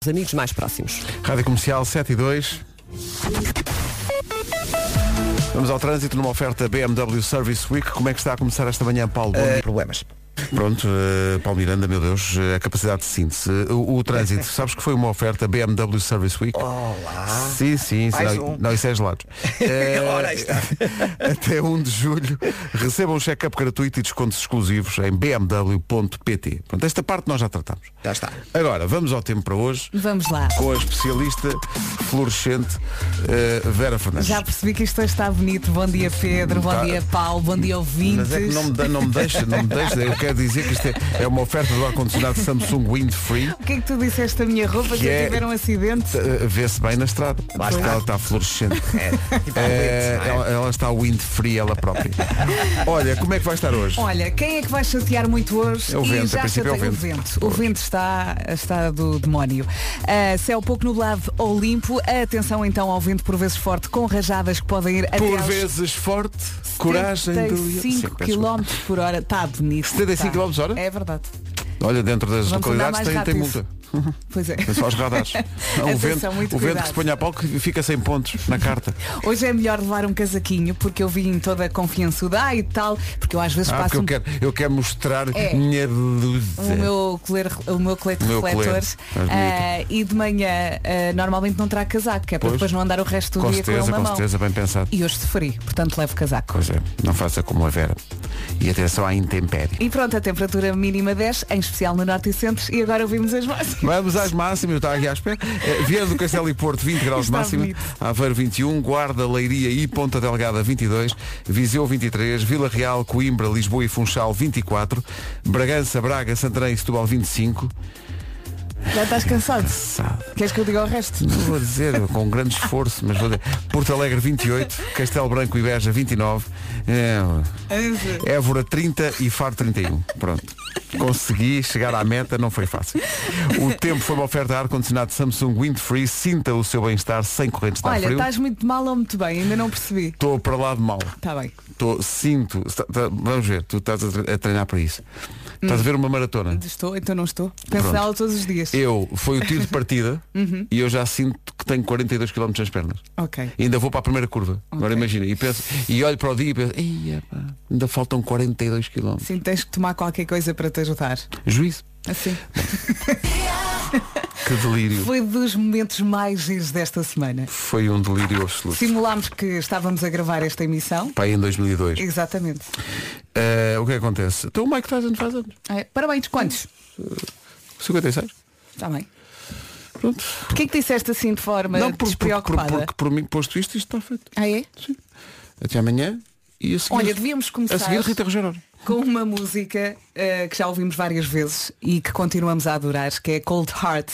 os amigos mais próximos. Rádio Comercial 7 e 2. Vamos ao trânsito numa oferta BMW Service Week. Como é que está a começar esta manhã, Paulo? Bom dia. Eh, problemas. Pronto, eh, Paulo Miranda, meu Deus, eh, a capacidade de síntese. Eh, O, o trânsito, sabes que foi uma oferta BMW Service Week? Olá. Sim, sim, sim. Mais Não, um. não, isso é gelado. Eh, Ora, aí está. Até 1 de julho recebam um check-up gratuito e descontos exclusivos em bmw.pt. Pronto, esta parte nós já tratamos. Já está. Agora, vamos ao tempo para hoje. Vamos lá. com a especialista fluorescente eh, Vera Fernandes. Já percebi que isto hoje está bonito. Bom dia, Pedro. Bom Tá. dia, Paulo. Bom dia, ouvintes. Mas é que não me, de- não me deixa, não me deixa. Eu quero dizer que isto é, é uma oferta do ar-condicionado Samsung Wind Free. O que é que tu disseste da minha roupa? Que Que é- eu tiver um acidente? Eh, Vê-se bem na estrada. Porque está. ela está fluorescente. É, tipo, Eh, não é? ela, ela está wind free ela própria. Olha, como é que vai estar hoje? Olha, quem é que vai chatear muito hoje? É o vento, e a já princípio é o chateia- vento. O vento está, está do demónio. Ah, céu pouco nublado ou limpo. Atenção então ao vento por vezes forte, com rajadas que podem ir até Por aos vezes forte, coragem do. Sim, 75 peço km por hora. Está bonito. 75 tá. quilómetros por hora? É verdade. desculpa. Olha, dentro das Vamos andar localidades mais tem, tem multa. rápido. Pois é. É só os radares. Não, o Atenção, vento, muito o vento que cuidado. se põe a pau que fica sem pontos na carta. Hoje é melhor levar um casaquinho porque eu vim toda confiançuda ah, e tal, porque eu às vezes Ah, porque passo eu um- quero, eu quero mostrar É. minha luz. o meu, colher, o meu colete O meu refletor colete. Estás ah, e de manhã ah, normalmente não trago casaco, que é para Pois. depois não andar o resto do Com dia certeza, com ele com na mão. certeza, bem pensado. E hoje sofri, portanto levo casaco. Pois é, não faça como a Vera. E atenção à intempérie. E pronto, a temperatura mínima 10, em especial no Norte e Centro, e agora ouvimos as máximas. Vamos às máximas, eu estava aqui à espera. Eh, Vieira do Castelo e Porto, 20 graus de Está máxima. bonito. Aveiro 21, Guarda, Leiria e Ponta Delgada 22, Viseu 23, Vila Real, Coimbra, Lisboa e Funchal 24, Bragança, Braga, Santarém e Setúbal 25. Já estás cansado? Sabe, Queres que eu diga o resto? Não vou dizer, com grande esforço, mas vou dizer. Porto Alegre 28, Castelo Branco e Beja 29. É, Évora 30 e Faro 31. Pronto. Consegui chegar à meta, não foi fácil. O tempo foi uma oferta a ar-condicionado Samsung Windfree. Sinta o seu bem-estar sem correntes de ar Olha, frio. estás muito mal ou muito bem, ainda não percebi. Estou para lá de mal. Está bem. Tô, sinto. está- tá- vamos ver, tu estás a tre- a treinar para isso. Estás a ver uma maratona. Estou, então não estou. Penso Pronto. nela todos os dias. Eu, foi o tiro de partida Uhum. e eu já sinto que tenho 42 km nas pernas. Ok. E ainda vou para a primeira curva. Agora Ok. imagina. E, penso, e olho para o dia e penso, "Ei, epá, ainda faltam 42 km. Sim, tens que tomar qualquer coisa para te ajudar. Juízo. Assim. Que delírio. Foi dos momentos mais giros desta semana. Foi um delírio absoluto. Simulámos que estávamos a gravar esta emissão. Pai em 2002. Exatamente. Eh, o que é que acontece? Então o Mike Tyson faz anos. É, parabéns, quantos? 56. Está bem. Pronto. Porquê que disseste assim de forma Não, por, por, por, despreocupada? porque por mim, posto isto, isto está feito. Ah, é? Até amanhã. E a seguir, Olha, devíamos começar- A seguir, Rita Rogeró. Com uma música eh, que já ouvimos várias vezes e que continuamos a adorar, que é Cold Heart.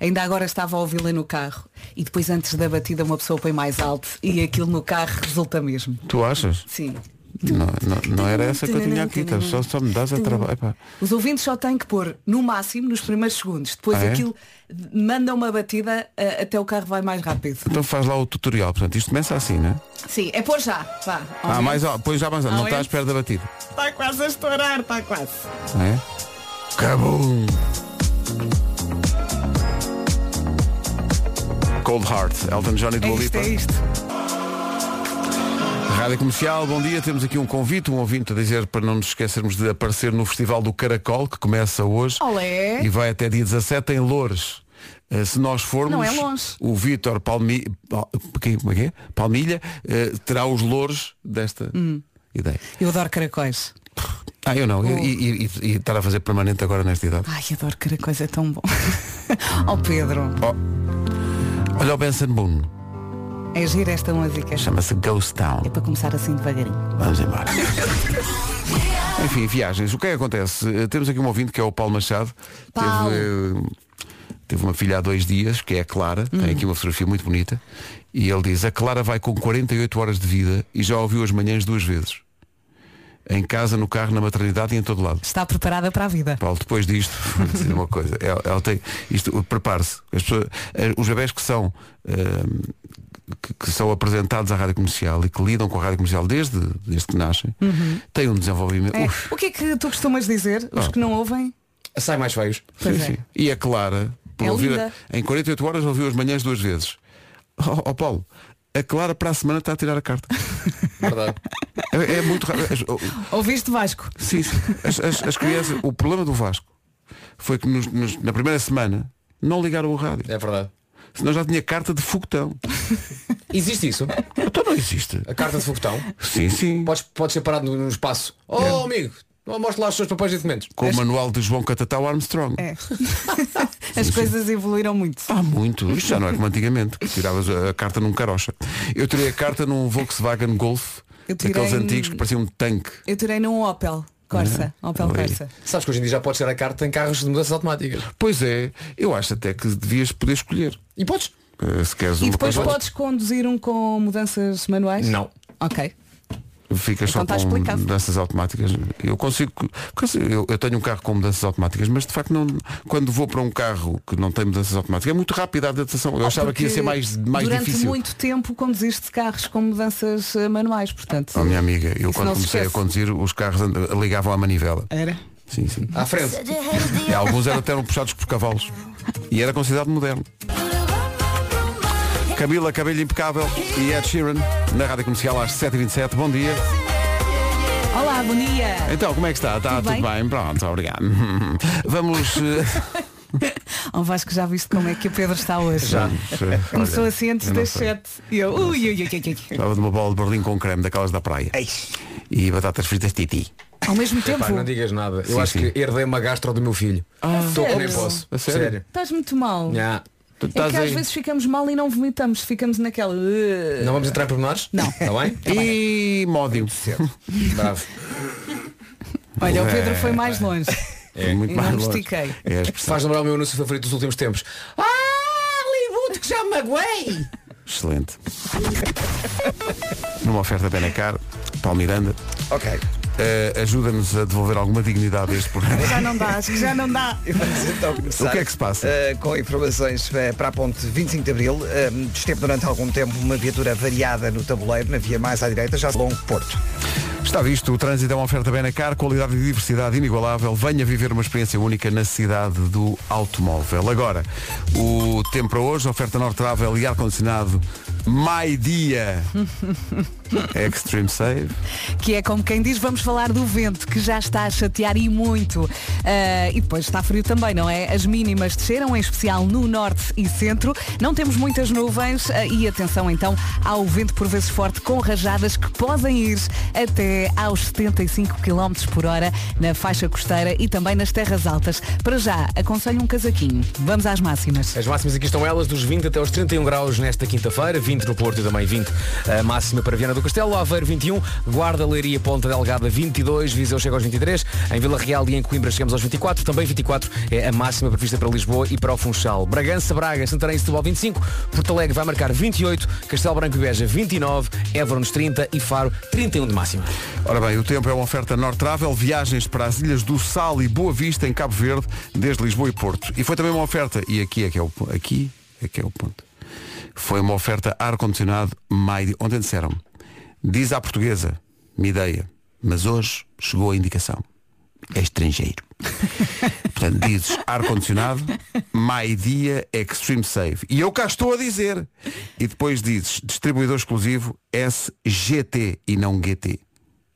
Ainda agora estava a ouvi-la no carro e depois antes da batida uma pessoa põe mais alto e aquilo no carro resulta mesmo. Tu achas? Sim. Não, não, não era essa que eu tinha aqui. tá? Só, só me dás a trabalho. Epá. Os ouvintes só têm que pôr no máximo nos primeiros segundos. Depois Ah, é? aquilo manda uma batida eh, até o carro vai mais rápido. Então faz lá o tutorial. Portanto, isto começa assim, né? Sim, é pôr já. Vá. Ah, mais alto. Pois já mais alto. Não Aumenta. está à espera da batida. Está Tá quase a estourar, está quase. Não é? Cabum! Cold Heart, Elton John e É Dua isto, Lipa. é isto. Rádio Comercial, bom dia. Temos aqui um convite, um ouvinte a dizer para não nos esquecermos de aparecer no Festival do Caracol, que começa hoje Oh, Olé. e vai até dia 17 em Loures. Eh, Se nós formos, Não é longe. o Vítor Palmi... Pal- quem- como é que é? Palmilha eh, terá os louros desta Hum. ideia. Eu adoro caracóis. Ah, eu não. Oh. E, e- e- e estar a fazer permanente agora nesta idade. Ai, adoro caracóis, é tão bom. oh Pedro, Ah. Olha o Benson Boone, é gira esta música. chama-se Ghost Town. É para começar assim devagarinho. Vamos embora. Enfim, viagens. O que é que acontece? Eh, Temos aqui um ouvinte que é o Paulo Machado. Paulo. Teve, eh, teve uma filha há dois dias, que é a Clara. Tem aqui uma fotografia muito bonita. E ele diz, a Clara vai com 48 horas de vida e já ouviu as manhãs duas vezes. Em casa, no carro, na maternidade e em todo lado. Está preparada para a vida. Paulo, depois disto, vou dizer uma coisa. É, Ela, ela tem. Isto, prepare-se. As pessoas- eh, Os bebés que são. eh, que, que são apresentados à rádio comercial e que lidam com a rádio comercial desde, desde que nascem, Uhum. têm um desenvolvimento. É. Uf, O que é que tu costumas dizer? Os que não ouvem? Sai mais feios. Pois Ah. sim, é. sim. E a Clara Por É ouvir linda. em 48 horas ouviu as manhãs duas vezes. Ó ó, Paulo, a Clara para a semana está a tirar a carta. Verdade. É, é muito raro. As- oh, Ouviste Vasco? Sim, sim. As, as- as crianças, o problema do Vasco foi que nos- nos- na primeira semana não ligaram o rádio. É verdade. Senão já tinha carta de foguetão. Existe isso? Então não existe. A carta de foguetão? Sim, sim. Podes, podes ser parado num espaço. Oh amigo, mostra lá os seus papéis e documentos. Com o manual de João Catatau Armstrong. É. As coisas evoluíram muito. Há muito. Isto já não é como antigamente. que Tiravas a a carta num carocha. Eu tirei a carta num Volkswagen Golf. Eu tirei Aqueles num- antigos que pareciam um tanque. Eu tirei num Opel Corsa. Opel Ah, olha aí. Corsa. Sabes que hoje em dia já podes ser a carta em carros de mudanças automáticas. Pois é, eu acho até que devias poder escolher. E podes? Eh, Se queres E uma depois coisa, podes conduzir um com mudanças manuais? Não. Ok. ficas Então está só com explicado. mudanças automáticas. Eu consigo. consigo- Eu, eu tenho um carro com mudanças automáticas, mas de facto não, quando vou para um carro que não tem mudanças automáticas, é muito rápida a adaptação. Eu achava que ia ser Ah, Porque mais, mais durante difícil. muito tempo conduziste carros com mudanças eh, manuais, portanto. Oh, minha amiga, eu Isso quando não se comecei a esquece. conduzir, os carros and- ligavam à manivela. Era. Sim, sim. À frente. E É, alguns eram até eram puxados por cavalos. E era considerado moderno. Camila, cabelo impecável e Ed Sheeran, na Rádio Comercial às 7h27. Bom dia. Olá, bom dia. Então, como é que está? Está Tudo tudo, bem? Pronto, obrigado. Vamos. eh, Oh, Vasco, já viste como é que o Pedro está hoje? olha, Começou assim antes eu não das sei. 7. E eu. Ui, ui, ui, ui, ui. Estava de uma bola de berlim com creme daquelas da praia. E batatas fritas titi. Ao mesmo tempo. Pá, não digas nada. Eu Sim, acho sim. que herdei uma gastro do meu filho. Estou que nem Ah, sério? posso. A sério? Estás muito mal. Nhá. Tu É estás que às aí. vezes ficamos mal e não vomitamos, ficamos naquela. "Ugh". Não vamos entrar em pormenores? Não. Está bem? E módio. Bravo. Olha, o Pedro foi mais longe. É. Muito Eu não mais me longe. estiquei. É a Isto expressão. faz lembrar o meu anúncio favorito dos últimos tempos. Ah, Hollywood que já me magoei! Excelente. Numa oferta Benacar, Paulo Miranda, Ok. eh, ajuda-nos a devolver alguma dignidade a este programa. Já não dá, acho que já não dá. Vamos então começar. O que é que se passa? eh, com informações eh, para a ponte 25 de Abril. Eh, esteve durante algum tempo uma viatura variada no tabuleiro, na via mais à direita, já longo Porto. Está visto, o trânsito é uma oferta Benacar, qualidade e diversidade inigualável. Venha viver uma experiência única na cidade do automóvel. Agora, o tempo para hoje, oferta nortável e ar-condicionado My Dia. Extreme Save. Que é como quem diz, vamos falar do vento, que já está a chatear e muito. Ah, e depois está frio também, não é? As mínimas desceram, em especial no norte e centro. Não temos muitas nuvens ah, e atenção então ao vento por vezes forte com rajadas que podem ir até aos 75 km por hora na faixa costeira e também nas terras altas. Para já, aconselho um casaquinho. Vamos às máximas. As máximas aqui estão elas, dos 20 até aos 31 graus nesta quinta-feira, 20 no Porto e também 20 a máxima para Viana do Castelo, Aveiro 21, Guarda, Leiria, Ponta Delgada 22, Viseu chega aos 23, em Vila Real e em Coimbra chegamos aos 24, também 24 é a máxima prevista para Lisboa e para o Funchal. Bragança, Braga, Santarém e Setúbal 25, Porto Alegre vai marcar 28, Castelo Branco e Beja 29, Évora nos 30 e Faro 31 de máxima. Ora bem, o tempo é uma oferta North Travel, viagens para as Ilhas do Sal e Boa Vista em Cabo Verde, desde Lisboa e Porto. E foi também uma oferta, e aqui é que é o, po- aqui é que é o ponto. Foi uma oferta ar-condicionado Maide. Ontem disseram diz à portuguesa, minha ideia, mas hoje chegou a indicação. É estrangeiro. Portanto, dizes ar-condicionado, My Dia Extreme Save. E eu cá estou a dizer. E depois dizes distribuidor exclusivo SGT e não GT.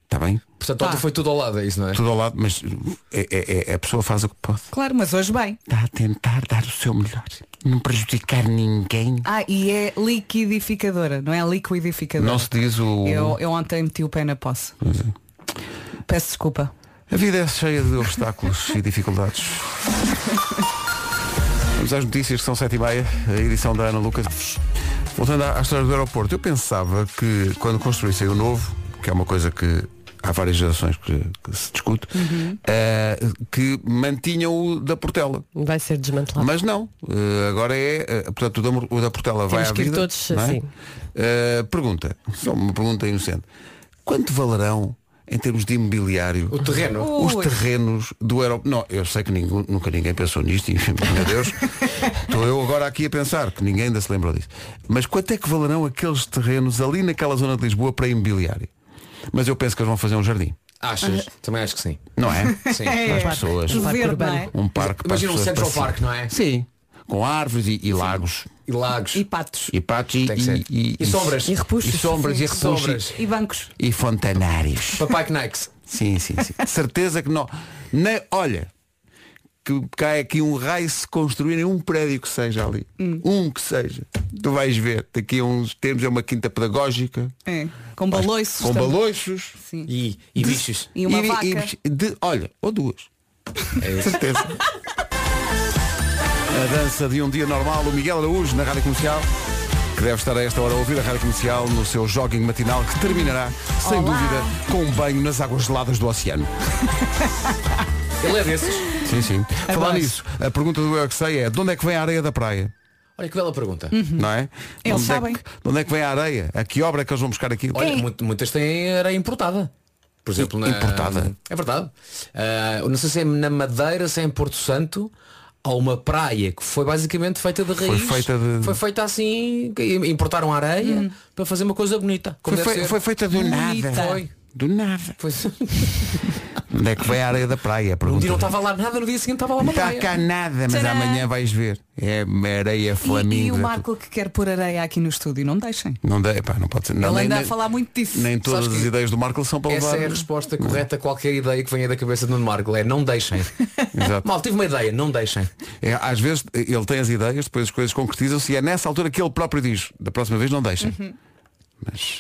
Está Tá bem? Portanto, ontem Pá. foi tudo ao lado, é isso não é? Tudo ao lado, mas é- é- é- a pessoa faz o que pode. Claro, mas hoje bem. Está a tentar dar o seu melhor. Não prejudicar ninguém. Ah, e é liquidificadora, não é liquidificadora. Não se diz o. Eu, eu ontem meti o pé na posse. Peço desculpa. A vida é cheia de obstáculos e dificuldades. Vamos às notícias que são 7 e meia, a edição da Ana Lucas. Voltando à à história do aeroporto, eu pensava que quando construíssem o novo, que é uma coisa que há várias gerações que, que se discute, Uhum. eh, que mantinham o da Portela. Vai ser desmantelado. Mas não, eh, agora é, eh, portanto, o da, Mor- o da Portela vai à que ir vida. todos, não é? sim. Eh, pergunta, só uma pergunta inocente. Quanto valerão, em termos de imobiliário, O terreno. os Ui. terrenos do aeroporto. Não, eu sei que ninguém- nunca ninguém pensou nisto e, meu Deus, estou eu agora aqui a pensar que ninguém ainda se lembrou disso. Mas quanto é que valerão aqueles terrenos ali naquela zona de Lisboa para imobiliário? Mas eu penso que eles vão fazer um jardim, Achas? Também acho que sim. não é? Sim. Para as pessoas. O Parque verde, não urbano. é? Um parque para as Imagina pessoas um Central passearem. Park, não é? Sim. com árvores e, e lagos. E lagos. E patos. E patos e, Tem que ser. e, E sombras. E E repuxos. repuxos. E sombras Sim. e repuxos. Sombras. E bancos. E fontanários. Papai Knikes. Sim, sim, sim. De certeza que não. Nem, olha, que cai aqui um raio se construírem um prédio que seja ali. Hum. Um que seja. Tu vais ver, daqui a uns tempos é uma quinta pedagógica. É. Com baloiços. Com tam- baloiços. Sim. E, e bichos. E uma vaca. bicho- de- olha, ou duas. É certeza. a dança de um dia normal, o Miguel Araújo na Rádio Comercial, que deve estar a esta hora a ouvir a Rádio Comercial no seu jogging matinal, que terminará, sem Olá. dúvida, com um banho nas águas geladas do oceano. Ele é desses. Sim, sim. Falar Abraço. nisso, a pergunta do Eu É Que Sei é de onde é que vem a areia da praia? Olha que bela pergunta. Não é? De Uhum. Eles onde sabem. É que, de onde é que vem a areia? A que obra é que eles vão buscar aquilo? Olha, mu- muitas têm areia importada. Por exemplo, na... Importada? É verdade. Ah, eu não sei se é na Madeira, se é em Porto Santo, há uma praia que foi basicamente feita de raiz. feita de- Foi feita assim, que importaram areia para fazer uma coisa bonita. Como Foi, deve fe- ser. foi feita do Bonita. nada. Foi. Do nada. Foi- Onde é que vem a areia da praia? Um Pergunta dia não estava lá nada, no dia seguinte estava lá uma Está praia. Tá cá nada, mas Tcharam! amanhã vais ver. É uma areia E, flamingo. e o Marco que quer pôr areia aqui no estúdio, não deixem. Não dá, epá, não pode ser. Não, Ele nem- anda a nem- falar muito disso. Nem todas Sabes as que ideias do Marco são para Essa levar. é a resposta correta a qualquer ideia que venha da cabeça de Nuno Marco. É não deixem. Exato. Mal, tive uma ideia, não deixem. É, às vezes ele tem as ideias, depois as coisas concretizam-se e é nessa altura que ele próprio diz, da próxima vez não deixa. Mas Uhum.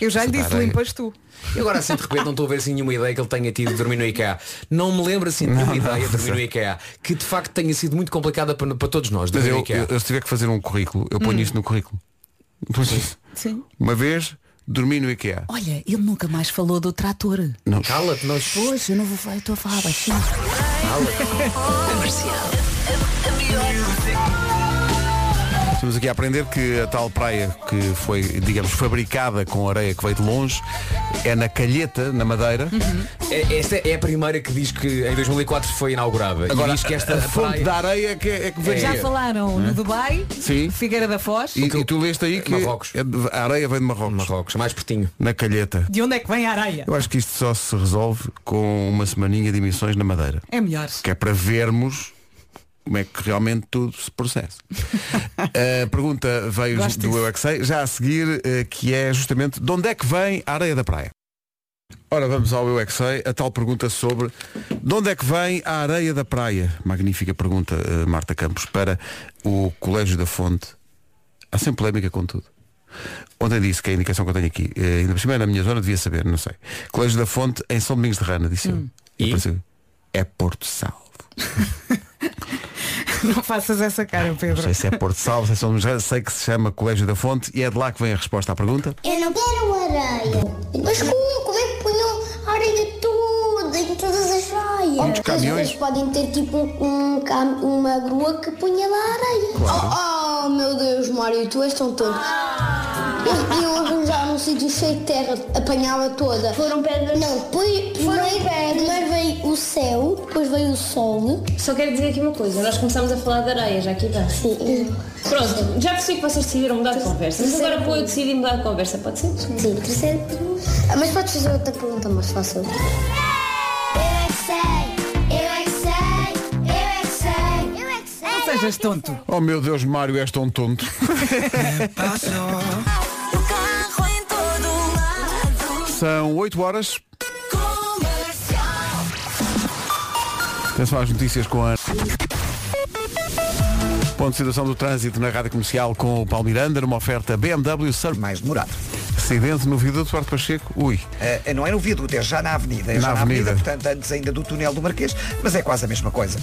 Eu já lhe essa disse, areia- limpas tu. E agora assim de repente não estou a ver assim nenhuma ideia que ele tenha tido de dormir no IKEA. Não me lembro assim de nenhuma ideia de dormir no IKEA. Que de facto tenha sido muito complicada para, para todos nós. Mas Dormir no eu, IKEA. eu- eu se tiver é que fazer um currículo, eu ponho isto no currículo. Então, assim, Sim. Uma vez dormi no IKEA. Olha, ele nunca mais falou do trator. Não, Cala-te, não Hoje eu não vou falar, eu estou a falar baixinho. Estamos aqui a aprender que a tal praia que foi, digamos, fabricada com areia que veio de longe é na Calheta, na Madeira. É- Esta é a primeira que diz que em 2004 foi inaugurada. Agora, e diz que esta a fonte praia- da areia é que é que vem. Já falaram no Dubai, Sim. Figueira da Foz. E, e tu leste aí que Marrocos. é de- a areia vem de Marrocos, Marrocos, mais pertinho. na Calheta. De onde é que vem a areia? Eu acho que isto só se resolve com uma semaninha de emissões na Madeira. É melhor. que é para vermos como é que realmente tudo se processa. a pergunta veio Gosto do disso. Eu É Que Sei, já a seguir, eh, que é justamente de onde é que vem a areia da praia? Ora, vamos ao Eu É Que Sei, a tal pergunta sobre de onde é que vem a areia da praia? Magnífica pergunta, eh, Marta Campos, para o Colégio da Fonte. Há sempre polémica com tudo. Ontem disse que a indicação que eu tenho aqui, eh, ainda por cima é na minha zona, devia saber, não sei. Colégio da Fonte em São Domingos de Rana, disse Hum. eu. eu. E? pensei, É Porto Salvo. Não faças essa cara, Não Pedro. sei se é Porto Salvo, se é São Domingos, de Rana, sei que se chama Colégio da Fonte e é de lá que vem a resposta à pergunta. Eu não quero areia. Mas como? Como é que punham areia toda, em todas as praias? Ou porque as caminhões. pessoas podem ter tipo um, cam- uma grua que punha lá areia. Oh, oh, meu Deus, Mário, tu és tão tonto. Eles podiam arranjar um sítio cheio de terra, apanhava toda. Foram pedras? Não, põe, foram pedras. Primeiro veio o céu, depois veio o sol. Só quero dizer aqui uma coisa, nós começámos a falar de areia, já aqui está. Sim. Pronto, já percebi que vocês decidiram mudar de conversa, mas agora pô, eu decidi mudar de conversa, pode ser? Sim, terceiro. Mas podes fazer outra pergunta mais fácil. Eu é que sei, eu é que sei, eu é que sei, eu é que sei. Não sejas tonto. Oh meu Deus, Mário, és tão tonto. O carro em todo lado. São 8 horas. Comercial. Atenção às notícias com a. Ponto de situação do trânsito na rádio comercial com o Paulo Miranda, numa oferta BMW Sur. Mais demorado. Acidente no viaduto Duarte Pacheco. Ui. Eh, não é no viaduto, é já na avenida. É Na já na avenida. avenida. portanto, antes ainda do túnel do Marquês, mas é quase a mesma coisa.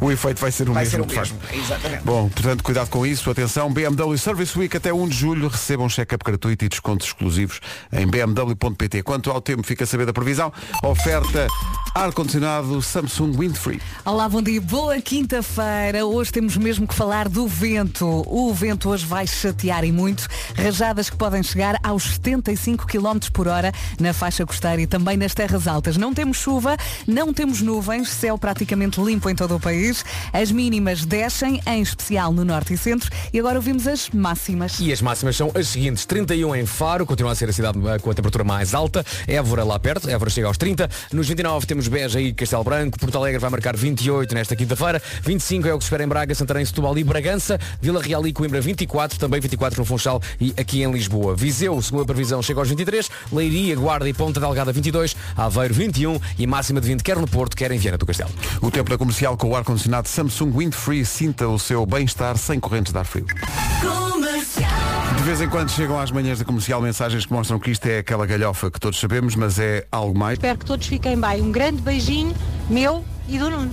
o efeito vai ser o Vai mesmo. ser o de facto. mesmo. Exatamente. Bom, portanto, cuidado com isso, atenção, BMW Service Week até 1 de julho recebam um check-up gratuito e descontos exclusivos em bmw.pt. Quanto ao tempo, fica a saber da previsão, oferta ar-condicionado Samsung Windfree. Olá, bom dia, boa quinta-feira. Hoje temos mesmo que falar do vento. O vento hoje vai chatear e muito. Rajadas que podem chegar aos 75 km por hora na faixa costeira e também nas terras altas. Não temos chuva, não temos nuvens, céu praticamente limpo em todo o país. As mínimas descem, em especial no norte e centro. E agora ouvimos as máximas. E as máximas são as seguintes. 31 em Faro, continua a ser a cidade eh, com a temperatura mais alta. Évora lá perto, Évora chega aos 30. Nos 29 temos Beja e Castelo Branco. Porto Alegre vai marcar 28 nesta quinta-feira. 25 é o que se espera em Braga, Santarém, Setúbal e Bragança. Vila Real e Coimbra 24, também 24 no Funchal e aqui em Lisboa. Viseu, segundo a previsão, chega aos 23. Leiria, Guarda e Ponta Delgada 22. Aveiro 21 e máxima de 20, quer no Porto, quer em Viana do Castelo. O tempo da comercial com o ar-condicionado Samsung Windfree sinta o seu bem-estar sem correntes de ar frio. De vez em quando chegam às manhãs da comercial mensagens que mostram que isto é aquela galhofa que todos sabemos, mas é algo mais. Espero que todos fiquem bem. Um grande beijinho meu e do Nuno.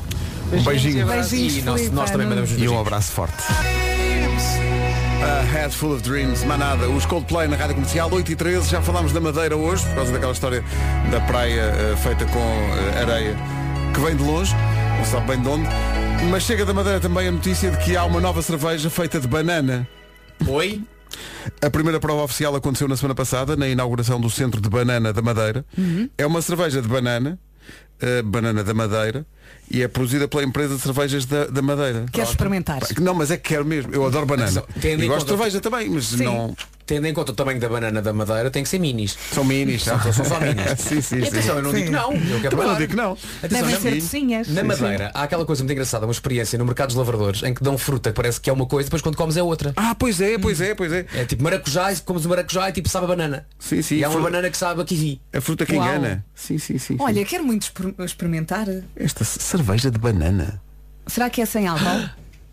Um beijinho Beijinhos, e nós, Filipe, nós também Nuno. mandamos os e um abraço forte. A Head Full of Dreams, manada, os Coldplay na rádio comercial, 8 e 13. Já falámos da Madeira hoje, por causa daquela história da praia eh, feita com eh, areia que vem de longe, não se sabe bem de onde. Mas chega da Madeira também a notícia de que há uma nova cerveja feita de banana. Oi? A primeira prova oficial aconteceu na semana passada, na inauguração do Centro de Banana da Madeira. Uhum. É uma cerveja de banana, eh, banana da Madeira, e é produzida pela empresa de cervejas da, da Madeira. Queres experimentar? Pá, que Não, mas é que quero mesmo. Eu adoro banana. Tendo em E gosto de conta- cerveja também, mas não. Tendo em conta o tamanho da banana da Madeira, tem que ser minis. São minis. tá? São, são só minis. sim, sim, sim. é? Atenção, eu não Sim. digo não. Eu quero Também não provar. digo que não. Atenção, Devem na- ser docinhas. Na Madeira há aquela coisa muito engraçada, uma experiência no mercado dos lavradores em que dão fruta que parece que é uma coisa, depois quando comes é outra. Ah, pois é, pois é, pois é. É tipo maracujá e comes o maracujá e tipo sabe a banana. Sim, sim, E há uma fruta- banana que sabe a kiwi. A fruta que Uau. engana. Sim, sim, sim. sim. Olha, quero muito exper- experimentar. Esta c- cerveja de banana. Será que é sem álcool?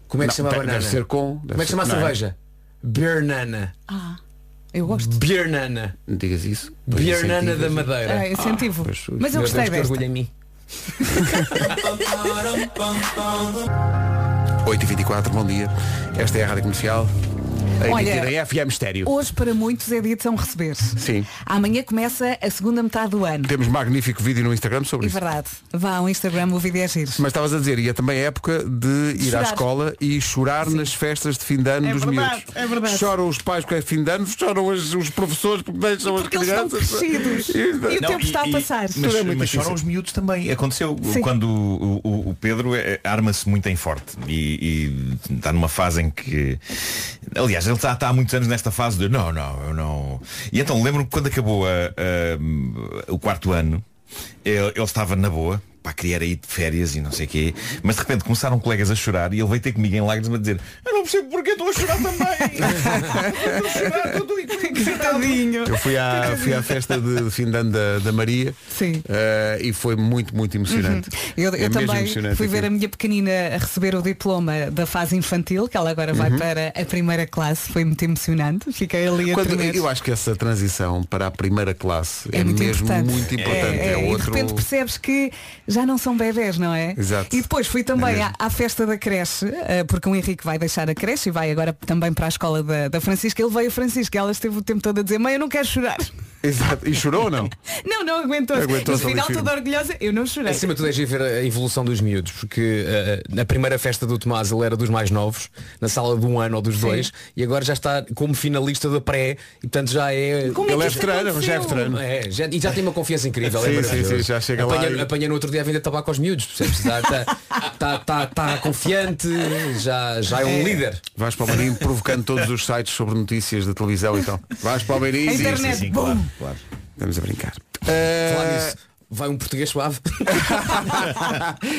Como é que se chama a deve banana? ser com- deve Como é que se ser- chama a não é? cerveja? Beernana. Eu gosto. Beernana. Digas isso. é Pois Beernana incentivas. da Madeira. É incentivo. Ah, pois, Mas eu Meu Deus, gostei que orgulho desta. em mim. 8h24, bom dia. Esta é a Rádio Comercial. A Olha, emitir em FM Estéreo. Hoje para muitos é dia de São Receber. Sim. Amanhã começa a segunda metade do ano. Temos magnífico vídeo no Instagram sobre É isso. verdade. Vá ao Instagram, o vídeo é giro. Mas estavas a dizer, e é também a época de ir à Chorar. escola e chorar nas festas de fim de ano dos miúdos. É verdade. Choram os pais porque é fim de ano, choram as- os professores porque deixam Porque as eles estão crianças. crescidos. E Isso. o tempo está a passar. Mas, Tudo é muito mas difícil. choram os miúdos também. Aconteceu Sim. quando o, o- o Pedro eh, arma-se muito em forte e, e está numa fase em que. Aliás, ele está, está há muitos anos nesta fase de não, não, eu não. E então lembro-me que quando acabou a- a- o quarto ano, ele, ele estava na boa. Pá, queria era ir de férias e não sei o quê. Mas de repente começaram colegas a chorar e ele veio ter comigo em lágrimas a dizer Eu não percebo porque estou a chorar também. estou a chorar, estou- estou Tadinho. Eu fui à, fui à festa de, de fim de ano da, da Maria é Sim. Uhum. eh, e foi muito, muito emocionante. Eu, É eu mesmo também emocionante fui ver a aquilo. minha pequenina a receber o diploma da fase infantil, que ela agora vai Uhum. para a primeira classe, foi muito emocionante. Fiquei ali a Quando- tremer. eu acho que essa transição para a primeira classe é, É muito mesmo importante. muito importante. É, É, é, E de outro. repente percebes que já não são bebés, não é? Exato. E depois fui É também à, mesmo. à festa da creche, eh, porque o Henrique vai deixar a creche e vai agora também para a escola da, da Francisca. Ele veio a Francisca, ela esteve o tempo todo a dizer, mãe, eu não quero chorar. Exato. E chorou ou não? Não, não aguentou. Aguentou-se No final ali firme. toda orgulhosa, eu não chorei. Acima de tudo é giro ver a evolução dos miúdos, porque eh, na primeira festa do Tomás ele era dos mais novos, na sala de um ano ou dos dois, e agora já está como finalista da pré, e portanto já é. Como Ele que é isto veterano, já é aconteceu? veterano. É, já, e já tem uma confiança incrível. Sim, é maravilhoso. sim, sim, já chega lá apanha, e- apanha no outro dia a vender tabaco aos miúdos, percebes? Está tá, tá, tá, tá confiante, já, já é um líder. Vais para o Marinho provocando todos os sites sobre notícias da televisão e tal. Vais para o Marinho. A e- internet. Sim, Bum. claro, claro. Estamos a brincar. Falar nisso, vai um português suave.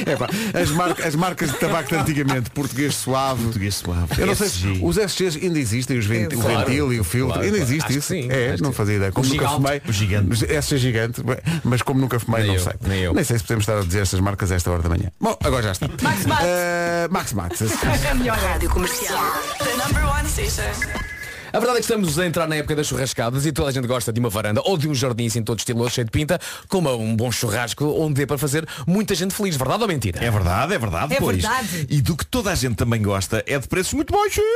É pá, as, mar- as marcas de tabaco de antigamente, português suave. Português suave. Eu não sei se SG. os SGs ainda existem, os vent- É, o claro. ventil e o filtro. Claro, ainda claro. existe Acho isso. que sim, é, acho não que fazia sim. ideia. Como O nunca gigante. fumei. O gigante. SG gigante, mas como nunca fumei, Nem não eu, sei. nem eu. sei se podemos estar a dizer estas marcas a esta hora da manhã. Bom, agora já está. Max Max. Eh, Max Max. É melhor. Rádio comercial. The number one station. A verdade é que estamos a entrar na época das churrascadas e toda a gente gosta de uma varanda ou de um jardim assim todo estiloso, cheio de pinta, com uma- um bom churrasco onde dê para fazer muita gente feliz, verdade ou mentira? É verdade, é verdade, É pois. verdade. E do que toda a gente também gosta é de preços muito baixinhos.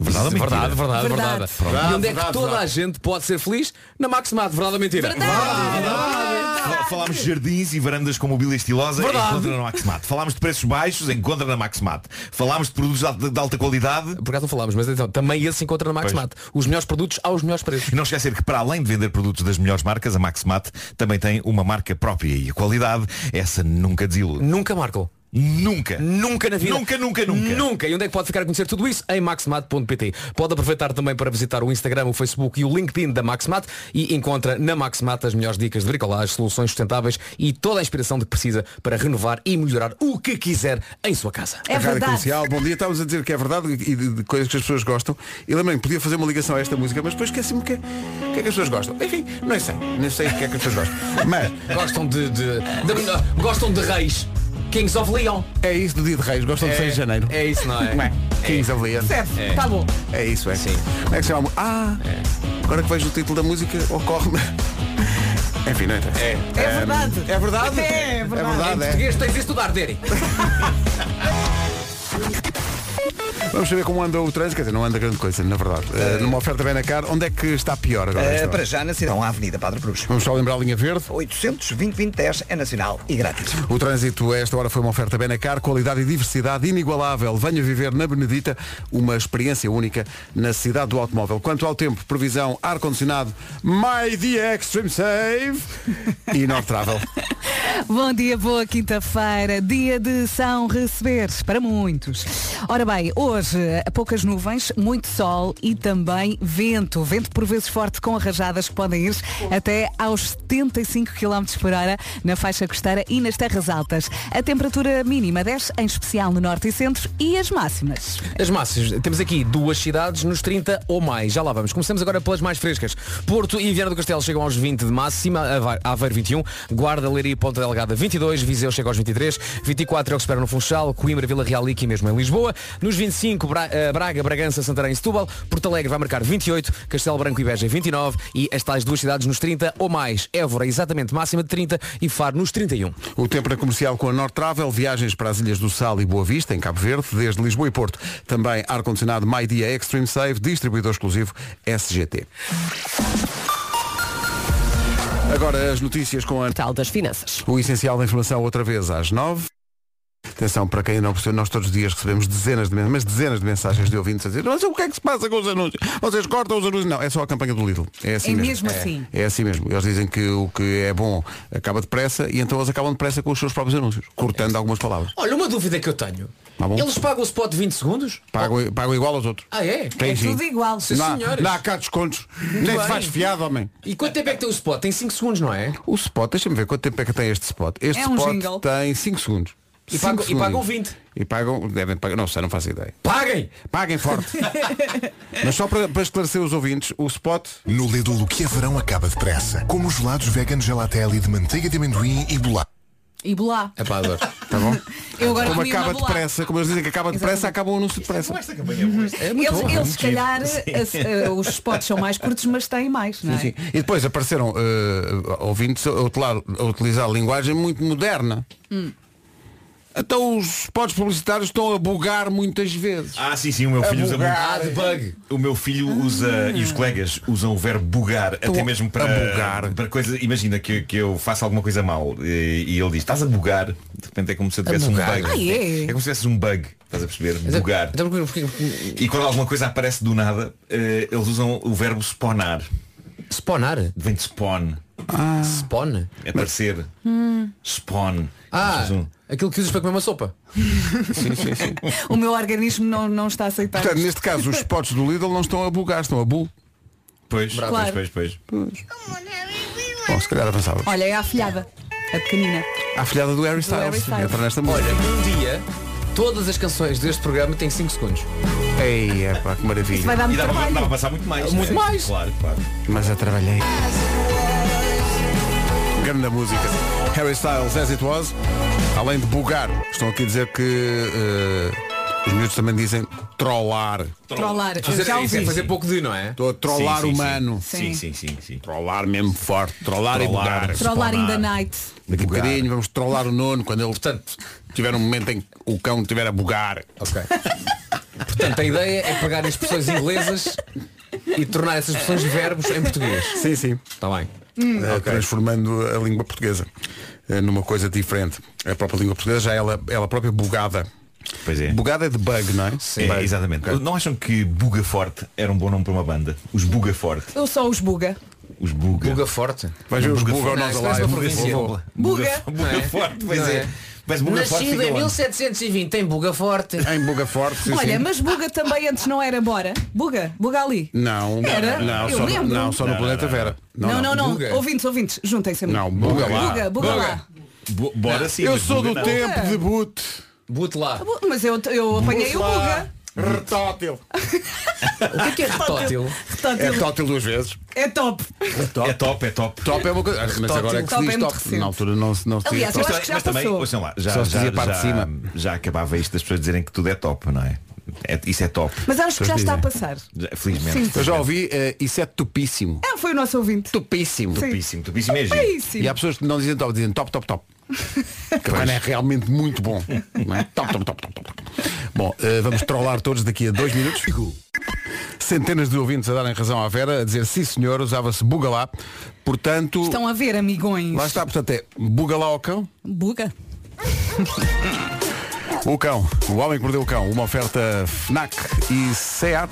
Verdade ou mentira? verdade, verdade, Verdade. verdade. E onde é que toda a gente pode ser feliz? Na Maximato, verdade ou mentira? Verdade. Fal- Falámos de jardins e varandas com mobília estilosa, encontra na Maxmat. Falámos de preços baixos, encontra na Maxmat. Falámos de produtos de alta- de alta qualidade. Por acaso não falámos, mas então, também esse se encontra na Maxmat. Os melhores produtos aos melhores preços. E não esquecer que para além de vender produtos das melhores marcas, a Maxmat também tem uma marca própria e a qualidade, essa nunca desilude. Nunca, Marco. Nunca. Nunca na vida. Nunca, nunca, nunca. Nunca. E onde é que pode ficar a conhecer tudo isso? Em maxmat.pt. Pode aproveitar também para visitar o Instagram, o Facebook e o LinkedIn da Maxmat e encontra na Maxmat as melhores dicas de bricolagem, soluções sustentáveis e toda a inspiração de que precisa para renovar e melhorar o que quiser em sua casa. É A Rádio verdade. Comercial, bom dia, estávamos a dizer que é verdade e de, de coisas que as pessoas gostam. E lembrei que podia fazer uma ligação a esta música, mas depois esqueci-me o que, é- o que é que as pessoas gostam. Enfim, não sei, nem sei o que é que as pessoas gostam. Mas Gostam de, de- de- gostam de reis. Kings of Leon. é isso do dia de reis, gostam de 6 de janeiro. É isso, não é? Não é? 15 of Leon. Percebe? Tá bom. É isso, é. Sim. Como é que se chama? Ah, É. agora que vejo o título da música, ocorre-me. Enfim, não interessa. É. É verdade. É verdade? É verdade. É verdade, é. Português tens de estudar, Derek. Vamos saber como anda o trânsito, quer dizer, não anda grande coisa, na verdade. Eh, numa oferta bem na cara, onde é que está pior agora? É, Eh, esta hora? para já na cidade, à Avenida Padre Cruz. Vamos só lembrar a linha verde. 820-2010 é nacional e grátis. O trânsito a esta hora foi uma oferta Benacar, qualidade e diversidade inigualável. Venha viver na Benedita uma experiência única na cidade do automóvel. Quanto ao tempo, previsão, ar-condicionado, My The Extreme Save e North Travel. Bom dia, boa quinta-feira, dia de São Receberes para muitos. Ora bem, hoje poucas nuvens, muito sol e também vento. Vento por vezes forte com rajadas que podem ir até aos 75 km por hora na faixa costeira e nas terras altas. A temperatura mínima desce, em especial no norte e centro, e as máximas. As massas, temos aqui duas cidades nos 30 ou mais. Já lá vamos. Começamos agora pelas mais frescas. Porto e Viana do Castelo chegam aos 20 de máxima, Ava- Aveiro 21, Guarda, Leiria e Ponta Delgada 22, Viseu chega aos 23, 24 é o que espera no Funchal, Coimbra, Vila Real e aqui mesmo em Lisboa. Nos 25, Bra- eh, Braga, Bragança, Santarém e Setúbal, Porto Alegre vai marcar 28, Castelo Branco e Beja 29 e as tais duas cidades nos 30 ou mais. Évora exatamente máxima de 30 e um. Faro nos 31. O tempo na comercial com a North Travel, viagens para as Ilhas do Sal e Boa Vista, em Cabo Verde, desde Lisboa e Porto. Também ar-condicionado My Dia Extreme Save, distribuidor exclusivo SGT. Agora as notícias com a Tal das finanças. O essencial da informação outra vez às nove. Atenção, para quem não percebeu, nós todos os dias recebemos dezenas de, men- mas dezenas de mensagens de ouvintes a dizer mas o que é que se passa com os anúncios? Vocês cortam os anúncios? Não, é só a campanha do Lidl. É assim É mesmo. mesmo assim. É assim mesmo. Eles dizem que o que é bom acaba depressa e então eles acabam depressa com os seus próprios anúncios, É. cortando algumas palavras. Olha, uma dúvida que eu tenho. Tá bom. Eles pagam o spot de 20 segundos? Pagam, pagam igual aos outros. Ah, é? Tem É sim. tudo igual. Sim, Não, há- senhores. não há cá descontos. Nem se bem. faz fiado, homem. E quanto tempo é que tem o spot? Tem 5 segundos, não é? O spot, deixa-me ver quanto tempo é que tem este spot. Este É um spot jingle. tem 5 segundos. E Cinco pagam- e pagam segundinhos. 20. E pagam, devem pagar, não sei, não faço ideia. Paguem! Paguem forte. Mas só para, para esclarecer os ouvintes, o spot No Lidl, o que é verão acaba depressa. Como os gelados vegan gelatelli de manteiga de amendoim e bolacha. E bolá. É pá, adoro. tá bom? Eu agora como comi uma acaba bolá. depressa, como eles dizem que acaba depressa, acaba o anúncio depressa. É muito Eles, bom. eles se calhar, as- eh, os spots são mais curtos, mas têm mais, não é? Sim. E depois apareceram eh, ouvintes a utilizar, a utilizar linguagem muito moderna. Hum. Então os spots publicitários estão a bugar muitas vezes. Ah, sim, sim, o meu filho usa Ah, de bug. O meu filho usa, e os colegas usam o verbo bugar, até mesmo para, a bugar. para coisa. Imagina que, que eu faço alguma coisa mal e, e ele diz, estás a bugar, de repente é como se eu tivesse um bug. bugar. Ah, é? é como se tivesse um bug, estás a perceber? Bugar. Então, porque- porque- E quando alguma coisa aparece do nada, eh, eles usam o verbo spawnar. Spawnar? Vem de spawn. Spawn? É aparecer. Spawn. Ah, Eles usam- aquilo que usas para comer uma sopa. O meu organismo não, não está a aceitar. Portanto, neste caso, os spots do Lidl não estão a bugar, estão a bu. Pois, pois, Claro. pois, pois. é Bom, se calhar avançava. Olha, é a afilhada, a pequenina. A filhada do Harry Styles. Harry Styles. Entra nesta Olha, música. um dia, todas as canções deste programa têm 5 segundos. Ei, epá, que Isso vai maravilha. dar-me E um dava, dava trabalho. para passar muito mais. Muito né? mais. Claro, claro. Mas eu trabalhei. Grande música. Harry Styles, As It Was. Além de bugar, estão aqui a dizer que eh, os miúdos também dizem trollar. Trollar. Fazer, Já isso é ouvi. fazer pouco de, não é? Estou a trollar Sim, sim, humano. Sim, sim, sim, sim. Trollar mesmo forte. Trollar, e Trollar. bugar. Trollar in the Spawnar. night. Daqui a Bugar. bocadinho vamos trollar o nono quando ele Portanto, tiver um momento em que o cão estiver a bugar. Ok. Portanto, a ideia é pegar as expressões inglesas e tornar essas expressões verbos em português. Sim, sim. Está bem. Hum. eh, transformando a língua portuguesa eh, numa coisa diferente. A própria língua portuguesa já é ela, ela própria bugada. Pois é. Bugada é de bug, não é? É, Bug. exatamente. Não acham que Buga Forte era um bom nome para uma banda? Os Buga Forte. Eu só os buga. Os Buga. Buga Forte. Vais ver os Buga ao Forte. Não, nós isso parece alive. uma província. Buga. Buga. Não é? Buga Forte, pois Não é. é? Mas Buga Forte Nascido fica em onde? 1720 em Buga Forte. Em Buga Forte, sim, Olha, sim. mas buga também antes não era bora. Buga, buga ali. Não, Era? não, Eu só, no, lembro. não, só no planeta Vera. Não, não, não. Buga. Ouvintes, ouvintes, juntem-se a mim. Não, buga lá. Buga, buga, lá. Bo- Bora sim. Eu mas sou do Buga não. tempo de boot. Boot lá. Bu- Mas eu, eu apanhei o buga. Retótil. O que é que é retótil? É Retótil. retótil duas vezes. É top. É top, é top. Top é uma coisa. Mas agora é que se Top é diz muito top. recente. Na altura não se não se dizia Aliás, eu top. acho que já mas também, passou. ouçam lá, já, Só se já, dizia parte de já- cima. já acabava isto das pessoas dizerem que tudo é top, não é? É- isso é top. Mas acho que já está a passar. Já- Felizmente. Sim. Eu já ouvi, eh, isso é tupíssimo. É, foi o nosso ouvinte. Tupíssimo. Sim. Tupíssimo, tupíssimo é É giro. isso. E há pessoas que não dizem top, dizem top, top, top. Que quando é realmente muito bom. não é? Top, top, top, top, top. Bom, eh, vamos trollar todos daqui a dois minutos. Centenas de ouvintes a darem razão à Vera, a dizer sim senhor, usava-se bugalá. Portanto, Estão a ver, amigões. lá está, portanto é bugalá ao cão. Buga. O cão, o homem que mordeu o cão, uma oferta FNAC e SEAT.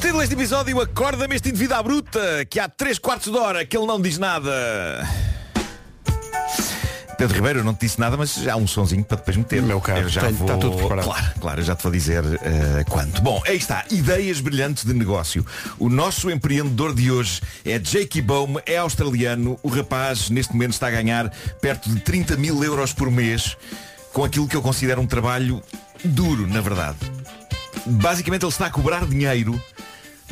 Título deste episódio Acorda-me este indivíduo à bruta Que há 3 quartos de hora que ele não diz nada Pedro Ribeiro, eu não te disse nada, mas já há um sonzinho para depois meter. Meu caro, eu já tenho- vou... está tudo preparado. Claro, claro, eu já te vou dizer eh, quanto. Bom, aí está, ideias brilhantes de negócio. O nosso empreendedor de hoje é Jakey Baum, é australiano. O rapaz, neste momento, está a ganhar perto de 30 mil euros por mês com aquilo que eu considero um trabalho duro, na verdade. Basicamente, ele está a cobrar dinheiro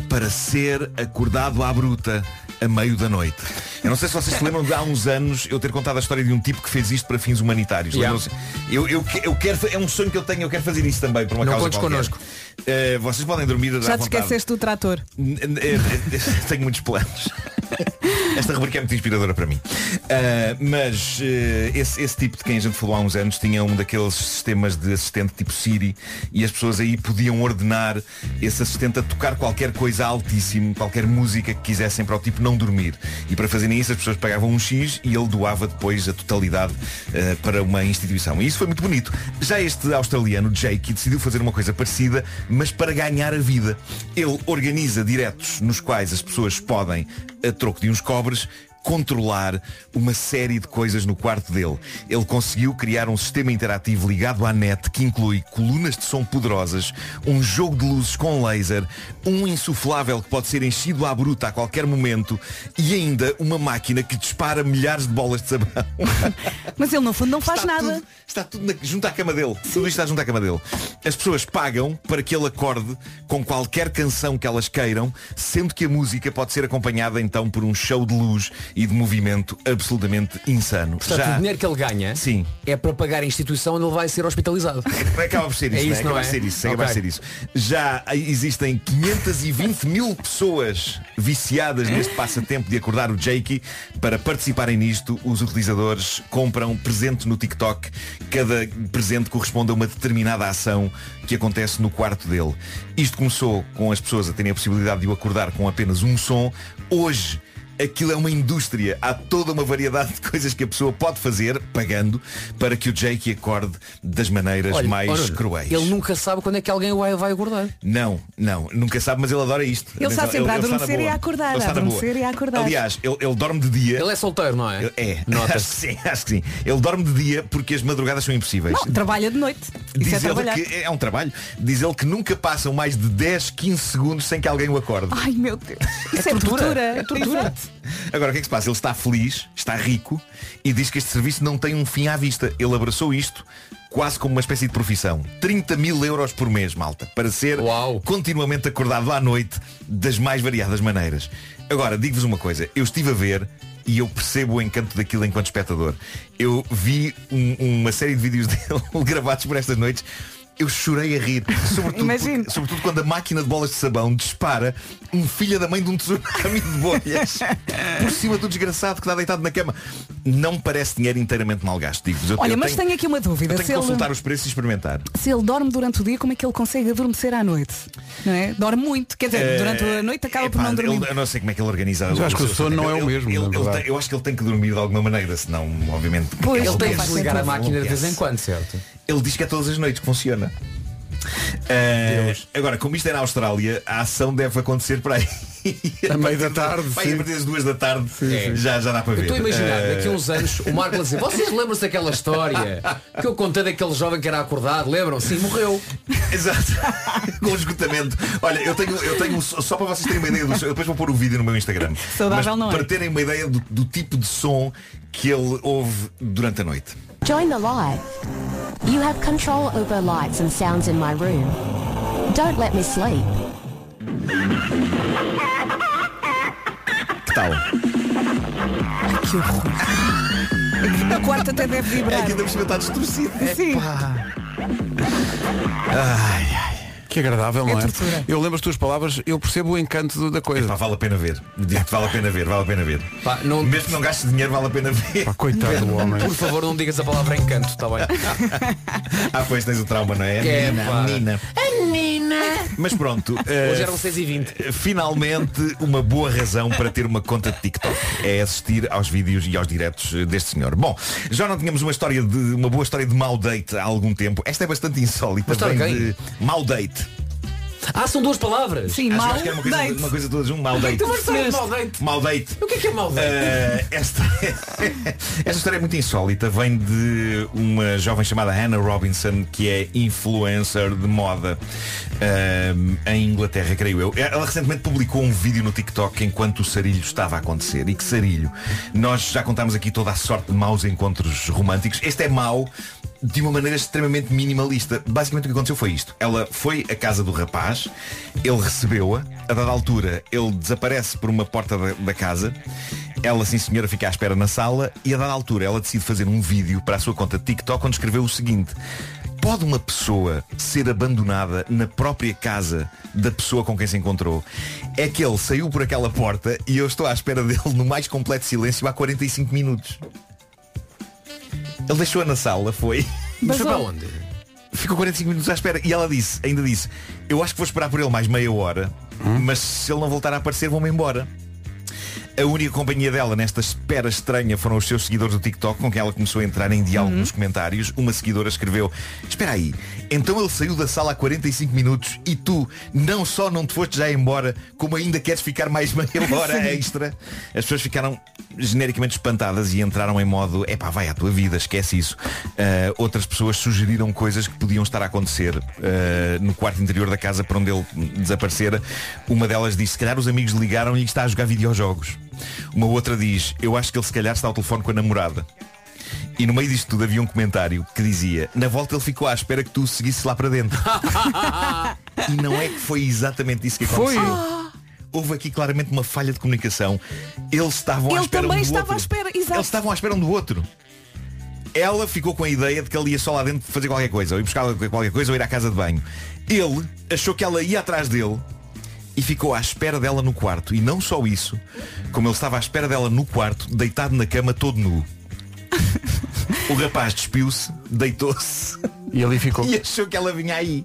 para ser acordado à bruta a meio da noite. Eu não sei se vocês se lembram de há uns anos eu ter contado a história de um tipo que fez isto para fins humanitários. Yeah. Lembram-se? Eu, eu, que- eu quero, fa- é um sonho que eu tenho, eu quero fazer isso também para uma Não causa contes qualquer. connosco. Eh, vocês podem dormir Já à te vontade. esqueceste do trator. N- n- eh, eh, Tenho muitos planos. Esta rubrica é muito inspiradora para mim. Ah, mas eh, esse, esse tipo de quem a gente falou há uns anos tinha um daqueles sistemas de assistente tipo Siri e as pessoas aí podiam ordenar esse assistente a tocar qualquer coisa altíssimo, qualquer música que quisessem para o tipo não dormir. E para fazerem isso as pessoas pagavam um X e ele doava depois a totalidade eh, para uma instituição. E isso foi muito bonito. Já este australiano, Jake, decidiu fazer uma coisa parecida, mas para ganhar a vida. Ele organiza diretos nos quais as pessoas podem, a troco de uns cobres, controlar uma série de coisas no quarto dele. Ele conseguiu criar um sistema interativo ligado à net que inclui colunas de som poderosas, um jogo de luzes com laser, um insuflável que pode ser enchido à bruta a qualquer momento e ainda uma máquina que dispara milhares de bolas de sabão. Mas ele no fundo não faz está nada. Tudo, está tudo na- junto à cama dele. Tudo isto está junto à cama dele. As pessoas pagam para que ele acorde com qualquer canção que elas queiram, sendo que a música pode ser acompanhada então por um show de luz e de movimento absolutamente insano. Portanto, o dinheiro que ele ganha Sim. é para pagar a instituição onde ele vai ser hospitalizado. Acaba por ser É isso, isso, não né? acaba é? por ser isso, Ok. acaba por ser isso. Já existem 520 mil pessoas viciadas neste passatempo de acordar o Jakey. Para participarem nisto, os utilizadores compram presente no TikTok. Cada presente corresponde a uma determinada ação que acontece no quarto dele. Isto começou com as pessoas a terem a possibilidade de o acordar com apenas um som. Hoje, Aquilo é uma indústria. Há toda uma variedade de coisas que a pessoa pode fazer, pagando, para que o Jake acorde das maneiras Olha, mais ó, Nuno, cruéis. Ele nunca sabe quando é que alguém o vai- vai acordar. Não, não, nunca sabe, mas ele adora isto. Ele está Atenção, sempre a está na adormecer boa. e a acordar, Ele a está na boa. adormecer e a acordar. Aliás, ele, ele dorme de dia. Ele é solteiro, não é? Ele- É, acho Nota-se. que sim, acho que sim. Ele dorme de dia porque as madrugadas são impossíveis. Não, trabalha de noite. Isso é Diz ele trabalhar. que é um trabalho. Diz ele que nunca passam mais de 10, 15 segundos sem que alguém o acorde. Ai meu Deus. Isso é, tortura. tortura. É tortura. Exato. Agora o que é que se passa? Ele está feliz, está rico e diz que este serviço não tem um fim à vista. Ele abraçou isto quase como uma espécie de profissão. 30 mil euros por mês, malta, para ser Uau. continuamente acordado à noite das mais variadas maneiras. Agora, digo-vos uma coisa, eu estive a ver e eu percebo o encanto daquilo enquanto espectador. Eu vi um- uma série de vídeos dele gravados por estas noites. eu chorei a rir. Sobretudo, porque- sobretudo quando a máquina de bolas de sabão dispara um filho da mãe de um tsunami de bolhas. Por cima do desgraçado que está deitado na cama. Não me parece dinheiro inteiramente mal gasto, digo-vos. Eu- Olha, eu mas tenho, tenho aqui uma dúvida. eu tenho Se que consultar ele, os preços e experimentar. se ele dorme durante o dia, como é que ele consegue adormecer à noite? Não é? Dorme muito, quer dizer, Eh, durante a noite acaba por Epá, não dormir. ele- eu não sei como é que ele organiza Mas eu acho que o seu sono tempo. não é o Ele- mesmo, ele- na ele verdade. tem- eu acho que ele tem que dormir de alguma maneira, senão, obviamente. é Pois, aquele ele tem dia que se desligar a levou, máquina de vez esquece. em quando, certo? Ele diz que é todas as noites que funciona. Eh, agora, como isto é na Austrália, a ação deve acontecer para aí. A meio da tarde, Vai sim. a partir das duas da tarde sim. Já, já dá para Eu ver. estou a imaginar, Eh, daqui a uns anos, o Marco a dizer, vocês lembram-se daquela história que eu contei daquele jovem que era acordado, lembram? Sim, morreu. Eh, Exato. Com esgotamento. Olha, eu tenho, eu tenho um- só para vocês terem uma ideia do som. Eu depois vou pôr o vídeo no meu Instagram. Saudável Mas não é. Para terem uma ideia do, do tipo de som que ele ouve durante a noite. Join the light. You have control over lights and sounds in my room. Don't let me sleep. Que tal? Que horror. A quarta até deve vibrar. É que ainda por cima está distorcido. Sim. Que agradável, não é? tortura. Eu lembro as tuas palavras, eu percebo o encanto do- da coisa. Pá, vale a pena ver. Digo-te, Vale a pena ver, vale a pena ver. Pá, não- Mesmo que não gastes dinheiro, vale a pena ver. Pá, coitado do homem. Por favor, não digas a palavra encanto, está bem? Ah, pois tens o trauma, não é? Que é, Nina, pá. Nina. Mas pronto. Hoje eh, eram 6 e 20 Finalmente, uma boa razão para ter uma conta de TikTok é assistir aos vídeos e aos diretos eh, deste senhor. Bom, já não tínhamos uma história de uma boa história de mau date há algum tempo. Esta é bastante insólita. Mas está vem alguém? de mau date. Ah, são duas palavras. Sim, Acho- mal acho que era uma coisa, date. uma coisa toda junto, mau date. Tu percebeste mal date? Mau date. O que é que é mal date? Eh, esta, esta história é muito insólita. Vem de uma jovem chamada Hannah Robinson, que é influencer de moda ehm, em Inglaterra, creio eu. Ela recentemente publicou um vídeo no TikTok enquanto o sarilho estava a acontecer. E que sarilho! Nós já contámos aqui toda a sorte de maus encontros românticos. Este é mau de uma maneira extremamente minimalista. Basicamente o que aconteceu foi isto. Ela foi à casa do rapaz, ele recebeu-a, a dada altura ele desaparece por uma porta da, da casa, ela sim senhora fica à espera na sala e a dada altura ela decide fazer um vídeo para a sua conta TikTok onde escreveu o seguinte. Pode uma pessoa ser abandonada na própria casa da pessoa com quem se encontrou? É que ele saiu por aquela porta e eu estou à espera dele no mais completo silêncio há 45 minutos. Ele deixou-a na sala, foi. Mas foi Basou. para onde? Ficou 45 minutos à espera E ela disse, ainda disse Eu acho que vou esperar por ele mais meia hora Mas se ele não voltar a aparecer vou-me embora a única companhia dela nesta espera estranha foram os seus seguidores do TikTok com quem ela começou a entrar em diálogo nos comentários. Uma seguidora escreveu, espera aí, então ele saiu da sala há 45 minutos e tu não só não te foste já embora, como ainda queres ficar mais meia hora extra. As pessoas ficaram genericamente espantadas e entraram em modo, epá, vai à tua vida, esquece isso. Ah, outras pessoas sugeriram coisas que podiam estar a acontecer ah, no quarto interior da casa para onde ele desaparecera. Uma delas disse, se calhar os amigos ligaram-lhe e está a jogar videojogos. Uma outra diz, eu acho que ele se calhar está ao telefone com a namorada. E no meio disto tudo havia um comentário que dizia Na volta ele ficou à espera que tu o seguisse lá para dentro E não é que foi exatamente isso que Foi. aconteceu Houve aqui claramente uma falha de comunicação Eles estavam à Ele espera também um do estava outro. à espera, exato. Eles estavam à espera um do outro Ela ficou com a ideia de que ele ia só lá dentro fazer qualquer coisa Ou ir buscar qualquer coisa ou ir à casa de banho Ele achou que ela ia atrás dele e ficou à espera dela no quarto. E não só isso, como ele estava à espera dela no quarto, deitado na cama todo nu. O rapaz despiu-se, deitou-se E ali ficou. e achou que ela vinha aí.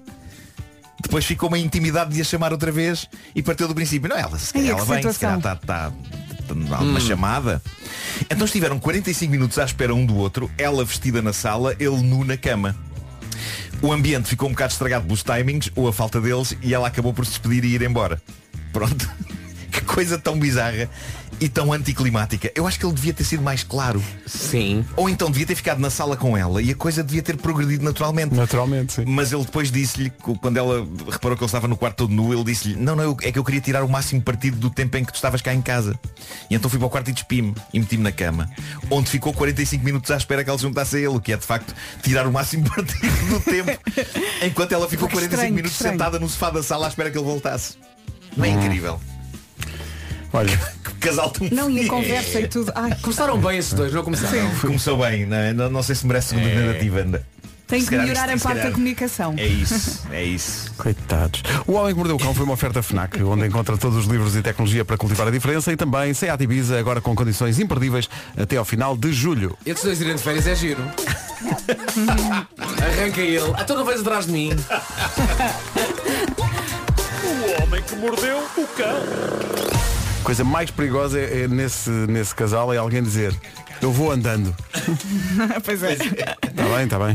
Depois ficou uma intimidade de a chamar outra vez e partiu do princípio. Não, ela, se calhar Ai, que ela vem, se calhar situação. está tá, tá- alguma chamada. Então estiveram 45 minutos à espera um do outro, ela vestida na sala, ele nu na cama. O ambiente ficou um bocado estragado pelos timings ou a falta deles e ela acabou por se despedir e ir embora. Pronto. Que coisa tão bizarra e tão anticlimática. Eu acho que ele devia ter sido mais claro. Sim. Ou então devia ter ficado na sala com ela e a coisa devia ter progredido naturalmente. Naturalmente, sim. Mas ele depois disse-lhe, que quando ela reparou que ele estava no quarto todo nu, ele disse-lhe, não, não, eu- é que eu queria tirar o máximo partido do tempo em que tu estavas cá em casa. E então fui para o quarto e despi-me e meti-me na cama, onde ficou 45 minutos à espera que ela se juntasse a ele, o que é de facto tirar o máximo partido do tempo, enquanto ela ficou Que 45 estranho, que minutos estranho. sentada no sofá da sala à espera que ele voltasse. Não é incrível? Olha, Que casal tão Não, e a fiel. conversa e tudo. Ai, Começaram bem esses dois, não começaram? Começou bem, não, é? não, não sei se merece segunda tentativa ainda. Tem Se que calhar melhorar isto- a se parte calhar da comunicação. É isso, é isso. Coitados. O Homem que Mordeu o Cão foi uma oferta FNAC, onde encontra todos os livros e tecnologia para cultivar a diferença e também Seat Ibiza, agora com condições imperdíveis até ao final de julho. Esses dois irem de férias é giro. Arranca ele. Ah, tu não vais atrás de mim. O homem que mordeu o cão. coisa mais perigosa é, é nesse, nesse casal é alguém dizer eu vou andando. pois é. Está bem, está bem.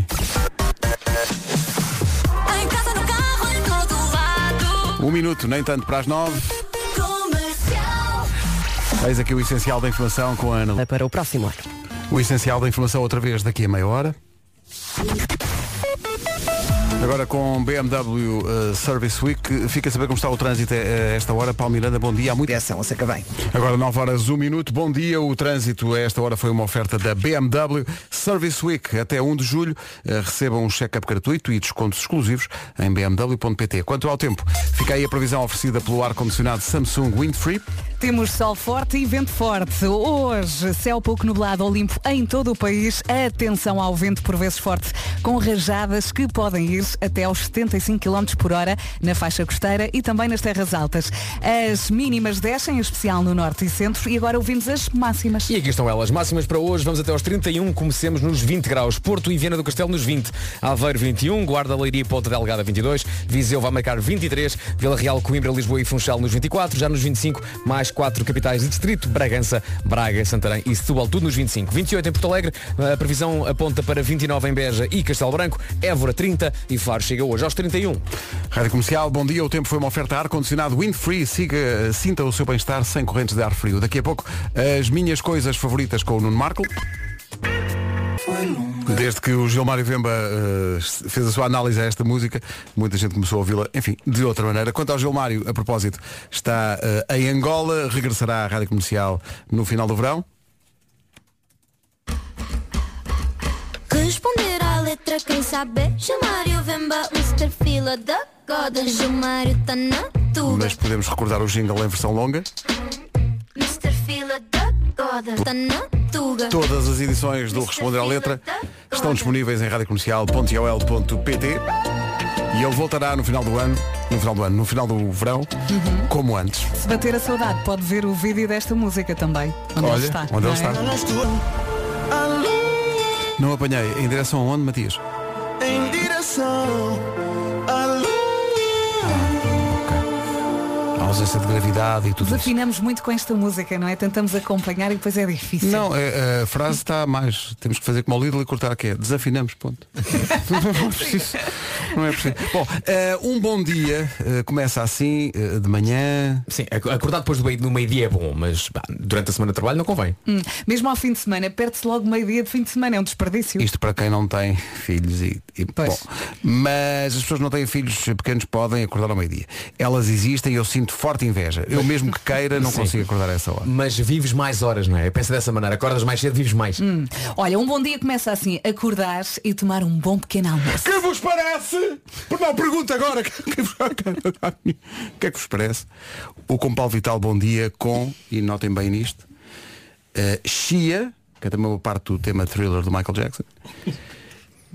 Em casa, no carro, em todo lado. Um minuto, nem tanto para as nove. Comercial. Eis aqui o essencial da informação com a Ana. É para o próximo ano. O essencial da informação outra vez daqui a meia hora. Agora com BMW eh, Service Week, eh, fica a saber como está o trânsito eh, a esta hora. Paulo Miranda, bom dia. Há muita ação, a saca bem. Agora 9 horas, 1 minuto. Bom dia. O trânsito a esta hora foi uma oferta da BMW Service Week. Até 1 de julho eh, recebam um check-up gratuito e descontos exclusivos em bmw.pt. Quanto ao tempo, fica aí a previsão oferecida pelo ar-condicionado Samsung Windfree. Temos sol forte e vento forte. Hoje, céu pouco nublado ou limpo em todo o país. Atenção ao vento por vezes forte, com rajadas que podem ir até aos 75 km por hora na faixa costeira e também nas terras altas. As mínimas descem, em especial no norte e centro, e agora ouvimos as máximas. E aqui estão elas. Máximas para hoje, vamos até aos 31, comecemos nos 20 graus. Porto e Viana do Castelo nos 20. Aveiro 21, Guarda, Leiria e Ponta Delgada 22. Viseu vai marcar 23. Vila Real, Coimbra, Lisboa e Funchal nos 24. Já nos 25, mais 4 capitais de distrito. Bragança, Braga, Santarém e Setúbal, tudo nos 25. 28 em Porto Alegre. A previsão aponta para 29 em Beja e Castelo Branco. Évora 30 e Faro chega hoje aos 31. Rádio Comercial, bom dia. O tempo foi uma oferta a ar-condicionado Windfree. Siga, sinta o seu bem-estar sem correntes de ar frio. Daqui a pouco, as minhas coisas favoritas com o Nuno Marco. Desde que o Gilmário Vemba eh, fez a sua análise a esta música, muita gente começou a ouvi-la, enfim, de outra maneira. Quanto ao Gilmário, a propósito, está eh, em Angola, regressará à Rádio Comercial no final do verão. Responder à letra, quem sabe? Gilmário Vemba, Mr. Fila da Goda. Gilmário tá na tuba. Mas podemos recordar o jingle em versão longa. Mr. Fila da Goda. Tá na tuga. Todas as edições do Responder à Letra estão disponíveis em radiocomercial.ol.pt e ele voltará no final do ano, no final do ano, no final do verão, como antes. Se bater a saudade, pode ver o vídeo desta música também. Onde Olha, ele está. onde ele não é? Não apanhei. Em direção a onde, Matias? Em direção à Ah, A ausência de gravidade e tudo isso. Desafinamos muito com esta música, não é? Tentamos acompanhar e depois é difícil. Não, é, a, frase está a mais. Temos que fazer como o Lidl e cortar que é. Desafinamos, ponto. não é preciso. Não é preciso. Bom, eh, um bom dia eh, começa assim, eh, de manhã. Sim, acordar depois do meio- do meio-dia é bom, mas pá, durante a semana de trabalho não convém. Hum, mesmo ao fim de semana, perde-se logo meio-dia de fim de semana, é um desperdício. Isto para quem não tem filhos e, e- bom, mas as pessoas que não têm filhos pequenos podem acordar ao meio-dia. Elas existem e eu sinto forte inveja. Eu mesmo que queira não Sim. consigo acordar a essa hora. Mas vives mais horas, não é? Pensa dessa maneira, acordas mais cedo, vives mais. Hum. Olha, um bom dia começa assim, acordar e tomar um bom pequeno almoço. Que vos parece? Não, pergunta agora. O que é que vos parece? O Compal Vital Bom Dia com, e notem bem nisto, eh, Chia, que é também uma parte do tema thriller do Michael Jackson,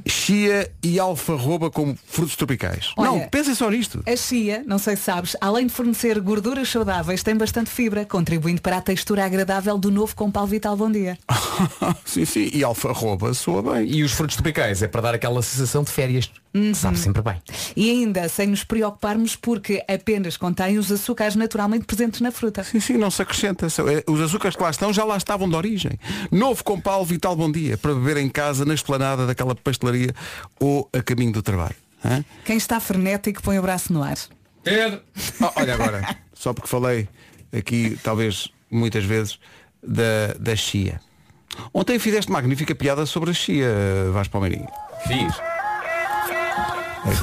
Chia e alfarroba como frutos tropicais. Olha, é- não, pensem só nisto. A chia, não sei se sabes, além de fornecer gorduras saudáveis, tem bastante fibra, contribuindo para a textura agradável do novo Compal Vital Bom Dia. sim, sim, e alfarroba soa bem. E os frutos tropicais, é para dar aquela sensação de férias. Sabe sempre bem. E ainda, sem nos preocuparmos, porque apenas contém os açúcares naturalmente presentes na fruta. Sim, sim, não se acrescenta. São- eh, Os açúcares que lá estão já lá estavam de origem. Novo Compal Vital Bom Dia, para beber em casa, na esplanada daquela pastelaria ou a caminho do trabalho. Hã? Quem está frenético põe o braço no ar. Pedro! Oh, olha agora, só porque falei aqui, talvez muitas vezes, da, da chia. Ontem fizeste magnífica piada sobre a chia, Vasco Palmeirinho. Fiz.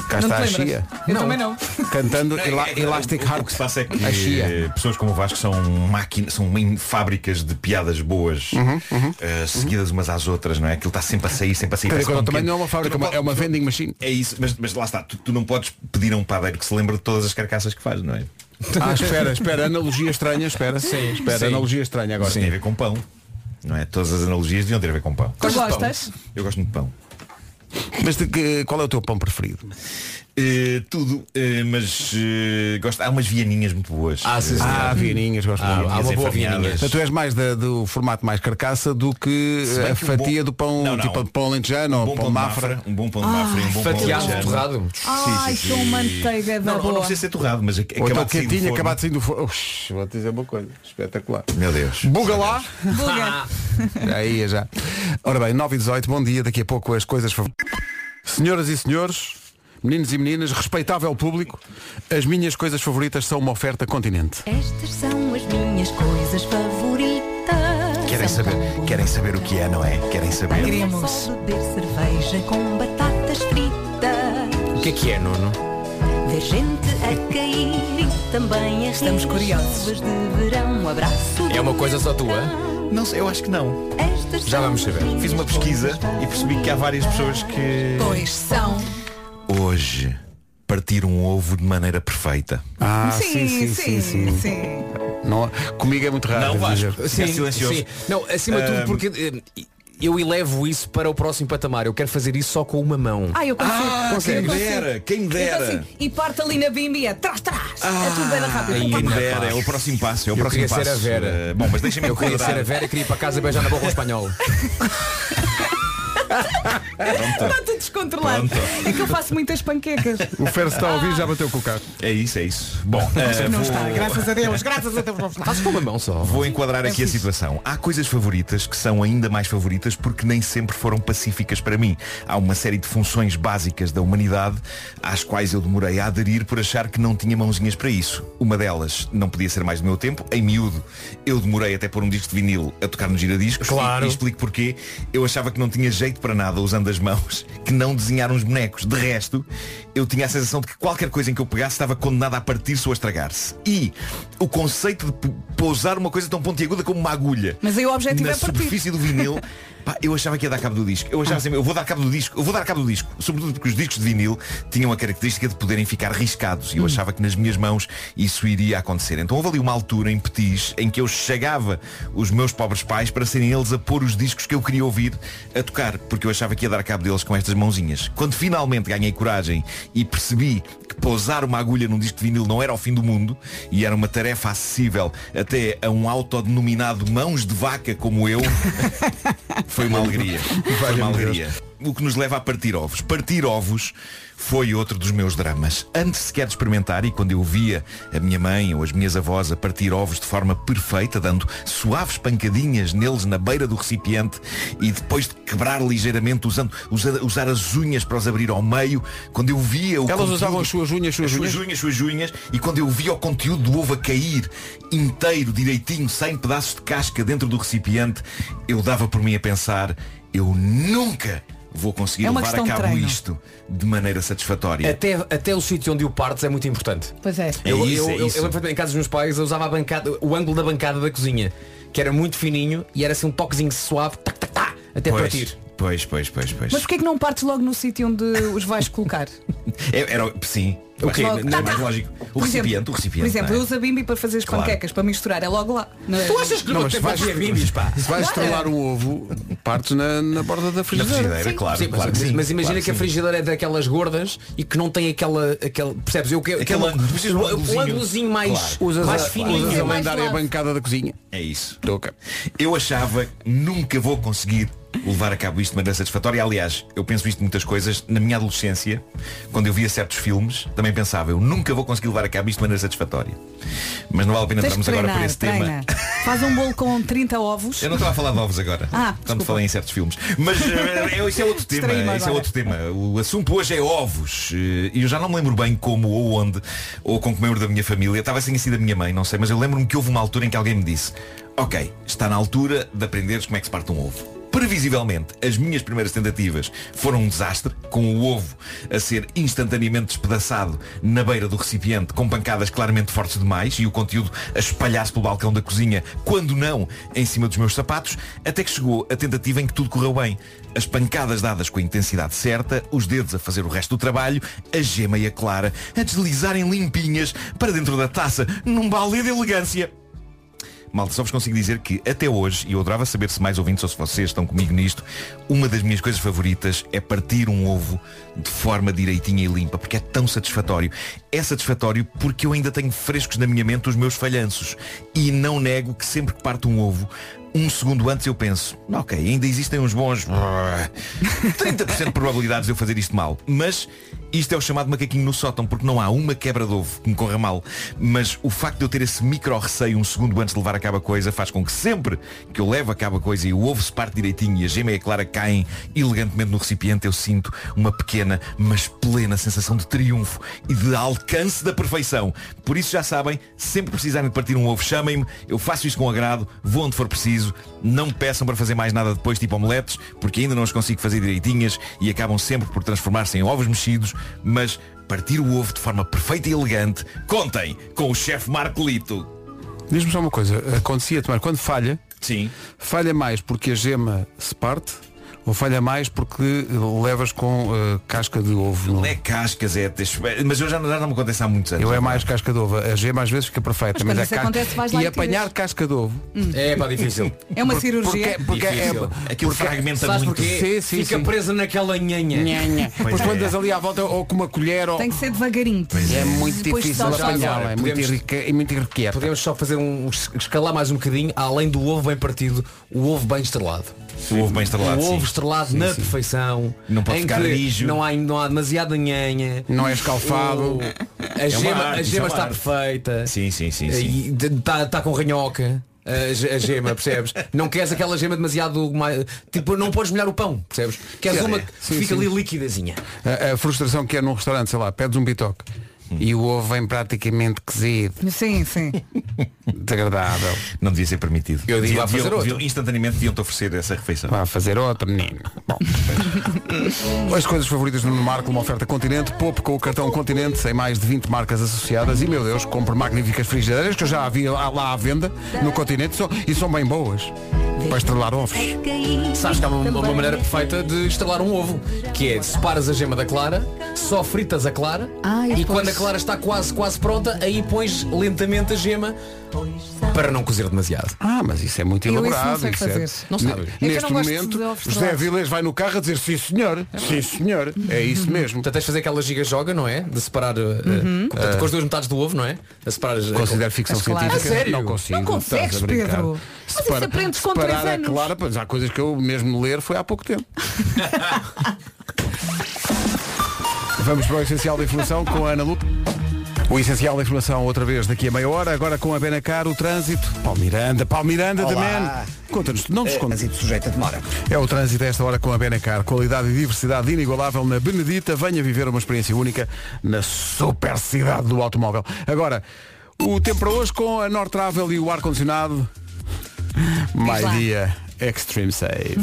Cá Não está a te lembras? chia. Eu Não. também não. Cantando Não, é- ela- é- Elastic o- O que Heart. se passa é que A chia. eh, pessoas como o Vasco são máquinas, são em- fábricas de piadas boas, Uhum, eh, seguidas umas às outras, não é? Aquilo está sempre a sair, sempre a sair. Quer dizer, Parece que quando há um também bocadinho- não é uma fábrica, Tu não é uma vending machine. É isso, mas, mas lá está, tu, tu não podes pedir a um padeiro que se lembre de todas as carcaças que faz, não é? Ah, espera, espera, analogia estranha, espera. Sim, espera, sim. analogia estranha agora. Isso tem a ver com pão. Não é? Todas as analogias deviam ter a ver com pão. Tu Gostas? Eu gosto muito de pão. Mas de que- qual é o teu pão preferido? tudo, eh, mas eh, gosto. Há umas vianinhas muito boas. eh, Ah, sim, senhor. Há vianinhas, gosto muito. Há uma boa enfarinhadas. Portanto, tu és mais da- do formato mais carcaça do que um Se bem a que o fatia bom- do pão, Não, não. tipo pão lentejano ou bom pão, pão de mafra. mafra, um bom pão de mafra e um bom pão fatiado, lentejano. torrado. Sim, Ai, sim, com sim. manteiga é da Não, não, boa. não precisa ser torrado, mas é ac- Ou acabado então de sair do quentinho, forno. acabado de sair do forno. Oxi, vou te dizer uma coisa. Espetacular. Meu Deus. Buga lá. Buga. Ah. já ia, é já. Ora bem, 9 e 18, bom dia. Daqui a pouco as coisas favor- Senhoras e senhores, meninos e meninas, respeitável público, as minhas coisas favoritas são uma oferta continente. É? Estas são as minhas coisas favoritas. Querem saber, querem saber o que é, não é? Querem saber. Só beber cerveja com batatas fritas. O que é que é, Nuno? Ver gente a cair e também a Estamos curiosos. Chuvas de verão, um abraço. É uma coisa só tua? Não sei, eu acho que não. Estas Já vamos saber. Fiz uma pesquisa e percebi que há várias pessoas que. Pois são. Hoje, partir um ovo de maneira perfeita. Ah, sim, sim, sim, sim. Não, comigo é muito raro. Não, devo Vasco, dizer. é silencioso. Não, acima de tudo, Ahm, porque eh, eu elevo isso para o próximo patamar. Eu quero fazer isso só com uma mão. Ah, eu consigo. Ah, Consigo, quem consigo. dera, quem Eu dera. consigo. E parte ali na bimbi, é trás, trás. é tudo Ah, bem rápido. Quem na dera, paz. é o próximo passo, é eu o próximo queria passo. ser a Vera. Eh, bom, mas deixem-me Eu queria recordar- ser a Vera, queria ir para casa e beijar na boca ao espanhol. tá. Está-te tá descontrolado. É que eu faço muitas panquecas. O Fer se está a ouvir já bateu com o carro. É isso, é isso. Bom, eh, não vou- está, graças a Deus, graças a Deus não está. Faço com uma mão só. Vou enquadrar aqui a situação. Há coisas favoritas que são ainda mais favoritas porque nem sempre foram pacíficas para mim. Há uma série de funções básicas da humanidade às quais eu demorei a aderir por achar que não tinha mãozinhas para isso. Uma delas não podia ser mais do meu tempo. Em miúdo, eu demorei até pôr um disco de vinil a tocar no giradiscos. Claro. E, e explico porquê. Eu achava que não tinha jeito para nada usando as mãos, que não desenhar uns bonecos. De resto, eu tinha a sensação de que qualquer coisa em que eu pegasse estava condenada a partir-se ou a estragar-se. E o conceito de p- pousar uma coisa tão pontiaguda como uma agulha. Mas aí o objetivo na é partir. superfície do vinil, pá, eu achava que ia dar cabo do disco. Eu achava sempre, eu vou dar cabo do disco, eu vou dar cabo do disco. Sobretudo porque os discos de vinil tinham a característica de poderem ficar riscados. E eu achava que nas minhas mãos isso iria acontecer. Então houve ali uma altura em Petis em que eu chegava os meus pobres pais para serem eles a pôr os discos que eu queria ouvir a tocar, porque eu achava que ia dar cabo deles com estas mãozinhas. Quando finalmente ganhei coragem e percebi que pousar uma agulha num disco de vinil não era o fim do mundo e era uma tarefa acessível até a um autodenominado mãos de vaca como eu, foi uma alegria. Foi uma alegria. O que nos leva a partir ovos. Partir ovos foi outro dos meus dramas. Antes sequer de experimentar, e quando eu via a minha mãe ou as minhas avós a partir ovos de forma perfeita, dando suaves pancadinhas neles na beira do recipiente e depois de quebrar ligeiramente, usando, usar, usar as unhas para os abrir ao meio, quando eu via o Elas conteúdo- usavam as suas unhas, suas as unhas. né? suas unhas, suas unhas, e quando eu vi o conteúdo do ovo a cair inteiro, direitinho, sem pedaços de casca dentro do recipiente, eu dava por mim a pensar, eu nunca vou conseguir É uma levar a questão de cabo treino. isto de maneira satisfatória. Até, até o sítio onde o partes é muito importante. Pois é. É eu, isso, eu- é eu- isso. eu, em casa dos meus pais, eu usava a bancada, o ângulo da bancada da cozinha, que era muito fininho e era assim um toquezinho suave, tac, tac, tac, até pois, partir. Pois, pois, pois, pois. Mas porquê é que não partes logo no sítio onde os vais colocar? É- Era, sim. O quê? Não, Tá, é mais tá. lógico. O Por recipiente, exemplo, o recipiente. Por exemplo, não é? eu uso a bimbi para fazer as Claro. panquecas, para misturar, é logo lá. Não é? Tu achas que Não, mas se vais, se vais estrelar um ovo, partes na, na borda da frigideira. Sim, sim, mas- mas, mas imagina que a frigideira é daquela aquelas gordas e que não tem aquela. aquela percebes? Eu, que, Aquele aquela- ângulo, precisas de um o- o ângulozinho. ângulozinho mais, Usas mais a- fininho. usas a mais lendária leve. bancada da cozinha. É isso. Eu achava nunca vou conseguir levar a cabo isto de maneira satisfatória. Aliás, eu penso isto de muitas coisas. Na minha adolescência, quando eu via certos filmes, também pensava, eu nunca vou conseguir levar a cabo isto de maneira satisfatória. Mas não vale a pena Tens de entrarmos agora por treinar, treina. esse tema. Faz um bolo com 30 ovos. Eu não estava a falar de ovos agora. Ah, quando desculpa. falei em certos filmes. Mas eh, é, isso é outro tema. Distraí-me Isso é agora. outro tema. O assunto hoje é ovos. Eh, E eu já não me lembro bem como ou onde, ou com que membro da minha família. Estava assim assim da minha mãe, não sei, mas eu lembro-me que houve uma altura em que alguém me disse, ok, está na altura de aprenderes como é que se parte um ovo. Previsivelmente, as minhas primeiras tentativas foram um desastre, com o ovo a ser instantaneamente despedaçado na beira do recipiente, com pancadas claramente fortes demais e o conteúdo a espalhar-se pelo balcão da cozinha, quando não, em cima dos meus sapatos, até que chegou a tentativa em que tudo correu bem. As pancadas dadas com a intensidade certa, os dedos a fazer o resto do trabalho, a gema e a clara a deslizarem limpinhas para dentro da taça, num balé de elegância. Malta, só vos consigo dizer que até hoje, e eu adorava saber se mais ouvintes ou se vocês estão comigo nisto, uma das minhas coisas favoritas é partir um ovo de forma direitinha e limpa, porque é tão satisfatório. É satisfatório porque eu ainda tenho frescos na minha mente os meus falhanços. E não nego que sempre que parto um ovo, um segundo antes eu penso, "Não, ok, ainda existem uns bons 30% de probabilidades de eu fazer isto mal. Mas isto é o chamado macaquinho no sótão, porque não há uma quebra de ovo que me corra mal. Mas o facto de eu ter esse micro receio um segundo antes de levar a cabo a coisa faz com que sempre que eu levo a cabo a coisa e o ovo se parte direitinho e a gema e a clara caem elegantemente no recipiente, eu sinto uma pequena, mas plena sensação de triunfo e de alcance da perfeição. Por isso já sabem, sempre precisarem de partir um ovo, chamem-me, eu faço isso com agrado, vou onde for preciso, não me peçam para fazer mais nada depois tipo omeletes, porque ainda não as consigo fazer direitinhas e acabam sempre por transformar-se em ovos mexidos, mas partir o ovo de forma perfeita e elegante, contem com o chefe Marco Lito. Diz-me só uma coisa, acontecia-te, Marco, quando falha, Sim. falha mais porque a gema se parte ou falha mais porque levas com eh, casca de ovo? Não é cascas, é deixa- Mas eu já, já não me acontece há muitos anos. Eu é mais casca de ovo. A gema às vezes fica perfeita. Mas quando a isso casca- acontece, vais lá E e apanhar tiras. Hum. casca de ovo. É pá, difícil. É uma Porque- cirurgia. Porque, porque Difícil. é, Aquilo porque, fragmenta sabes muito. Porquê? Sim, sim, Fica sim. preso naquela nhanha. Nhanha. Pois Porque é. quando andas ali à volta ou com uma colher ou... Tem que ser devagarinho. É muito Depois difícil só- só- apanhá-la. É muito Podemos- irrica- é muito irrequieto. Podemos só fazer um escalar mais um bocadinho, além do ovo bem partido, o ovo bem estrelado. O ovo bem estrelado, O Um ovo sim. estrelado Sim, na sim. perfeição. Não pode em ficar que rijo. Não há, não há demasiada nhanha. Não é escalfado. O- É a gema, uma arte, a isso é gema uma está arte. perfeita. Sim, sim, sim. sim. E está com ranhoca. A, ge- a gema, percebes? não queres aquela gema demasiado. mais- Tipo, não podes molhar o pão, percebes? Queres Sim, uma sim. que Sim, fica sim. ali liquidazinha. A, a frustração que é num restaurante, sei lá, pedes um bitoque Hum. e o ovo vem praticamente cozido. Sim, sim. Desagradável. Não devia ser permitido. Eu digo, Deviam- vá fazer deviam- outro. deviam- Instantaneamente deviam-te oferecer essa refeição. Vá fazer outra, menino. Bom. As coisas favoritas do Nuno Marco, uma oferta Continente, poupe com o cartão Continente em mais de 20 marcas associadas e, meu Deus, compre magníficas frigideiras que eu já havia lá, lá à venda no Continente só- e são bem boas para estrelar ovos. Sabes que há uma, uma maneira perfeita de estrelar um ovo, que é separas a gema da clara, só fritas a clara Ai, e pois. quando a clara está quase, quase pronta, aí pões lentamente a gema para não cozer demasiado. Ah, mas isso é muito Eu isso não elaborado. sei isso é- fazer. Não Ne- sabes. É que eu Neste não gosto de momento, ovos José estrelados. Vilas vai no carro a dizer sim senhor, sim senhor, é isso mesmo. Portanto, tens de fazer aquela giga joga, não é? De separar eh, Uhum. portanto, com as duas metades do ovo, não é? A separar as- Considero ficção As claras. científica. A sério? Não consigo. Não consegues, estás a brincar. Pedro. Mas isso aprendes com separar três anos. É claro, pois, há coisas que eu mesmo ler foi há pouco tempo. Vamos para o Essencial da Informação com a Ana Lupe. O Essencial da Informação outra vez daqui a meia hora, agora com a Benacar, o trânsito. Paulo Miranda, Paulo Miranda, Olá. Eh, the man. Conta-nos, não nos conta. sujeito a demora. É o trânsito a esta hora com a Benacar. Qualidade e diversidade inigualável na Benedita. Venha viver uma experiência única na super cidade do automóvel. Agora, o tempo para hoje com a Nortravel e o ar-condicionado. lá. My dia Extreme Save.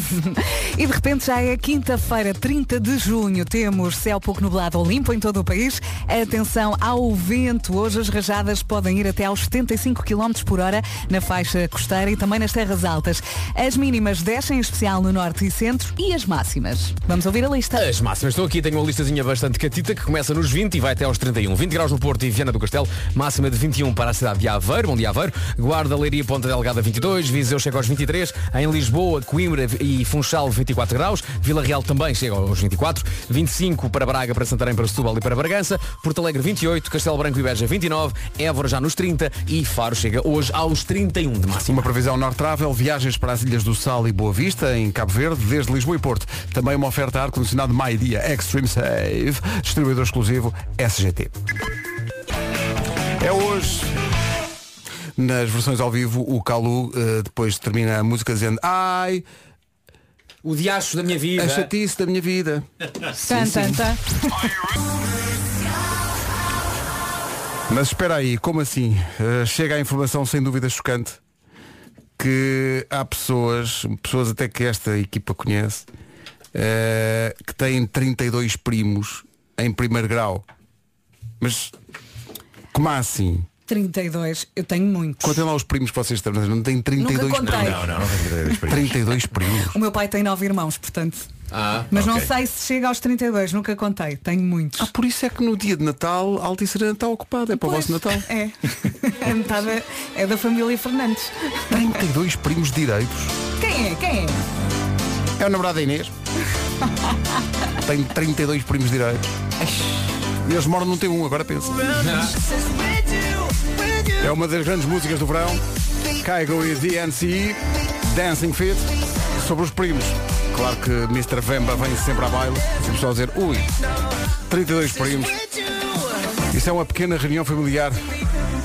E de repente já é quinta-feira, 30 de junho. Temos céu pouco nublado ou limpo em todo o país. Atenção ao vento. Hoje as rajadas podem ir até aos 75 km por hora na faixa costeira e também nas terras altas. As mínimas descem, em especial no norte e centro, e as máximas. Vamos ouvir a lista. As máximas estão aqui, tenho uma listazinha bastante catita que começa nos 20 e vai até aos 31. 20 graus no Porto e Viana do Castelo, máxima de 21 para a cidade de Aveiro, bom dia Aveiro, Guarda, Leiria, e Ponta Delgada 22, Viseu chega aos 23, em Lisboa, Coimbra e Funchal 24 graus, Vila Real também chega aos 24, 25 para Braga, para Santarém, para Setúbal e para Bragança, Porto Alegre 28, Castelo Branco e Beja 29, Évora já nos 30 e Faro chega hoje aos 31 de máximo. Uma previsão Nortravel, viagens para as Ilhas do Sal e Boa Vista, em Cabo Verde, desde Lisboa e Porto. Também uma oferta ar-condicionado My Dia Extreme Save, distribuidor exclusivo SGT. É hoje. Nas versões ao vivo, o Calu eh, depois termina a música dizendo Ai, O diacho da minha vida. a chatice da minha vida. Tan, tan, tan. Mas espera aí, como assim? Eh, chega a informação sem dúvida chocante que há pessoas, pessoas até que esta equipa conhece, eh, que têm 32 primos em primeiro grau. Mas como assim? 32. Eu tenho muito. Contem lá os primos que vocês têm, mas não têm 32 Nunca contei. Não, não, não tem 32 primos. 32 primos. O meu pai tem nove irmãos, portanto. Ah, Mas não ok. sei se chega aos 32, nunca contei, tenho muitos. Ah, por isso é que no dia de Natal a Alticerana está ocupada, é para o vosso Natal. É. A metade é da família Fernandes. 32 primos direitos. Quem é? Quem é? É o namorado da Inês. Tem 32 primos direitos. E eles moram num T1, agora pensa. É uma das grandes músicas do verão. Kygo e DNCE, Dancing Fit, sobre os primos. Claro que Mr. Vemba vem sempre à baila. E o pessoal a dizer, ui, 32 primos. Isso é uma pequena reunião familiar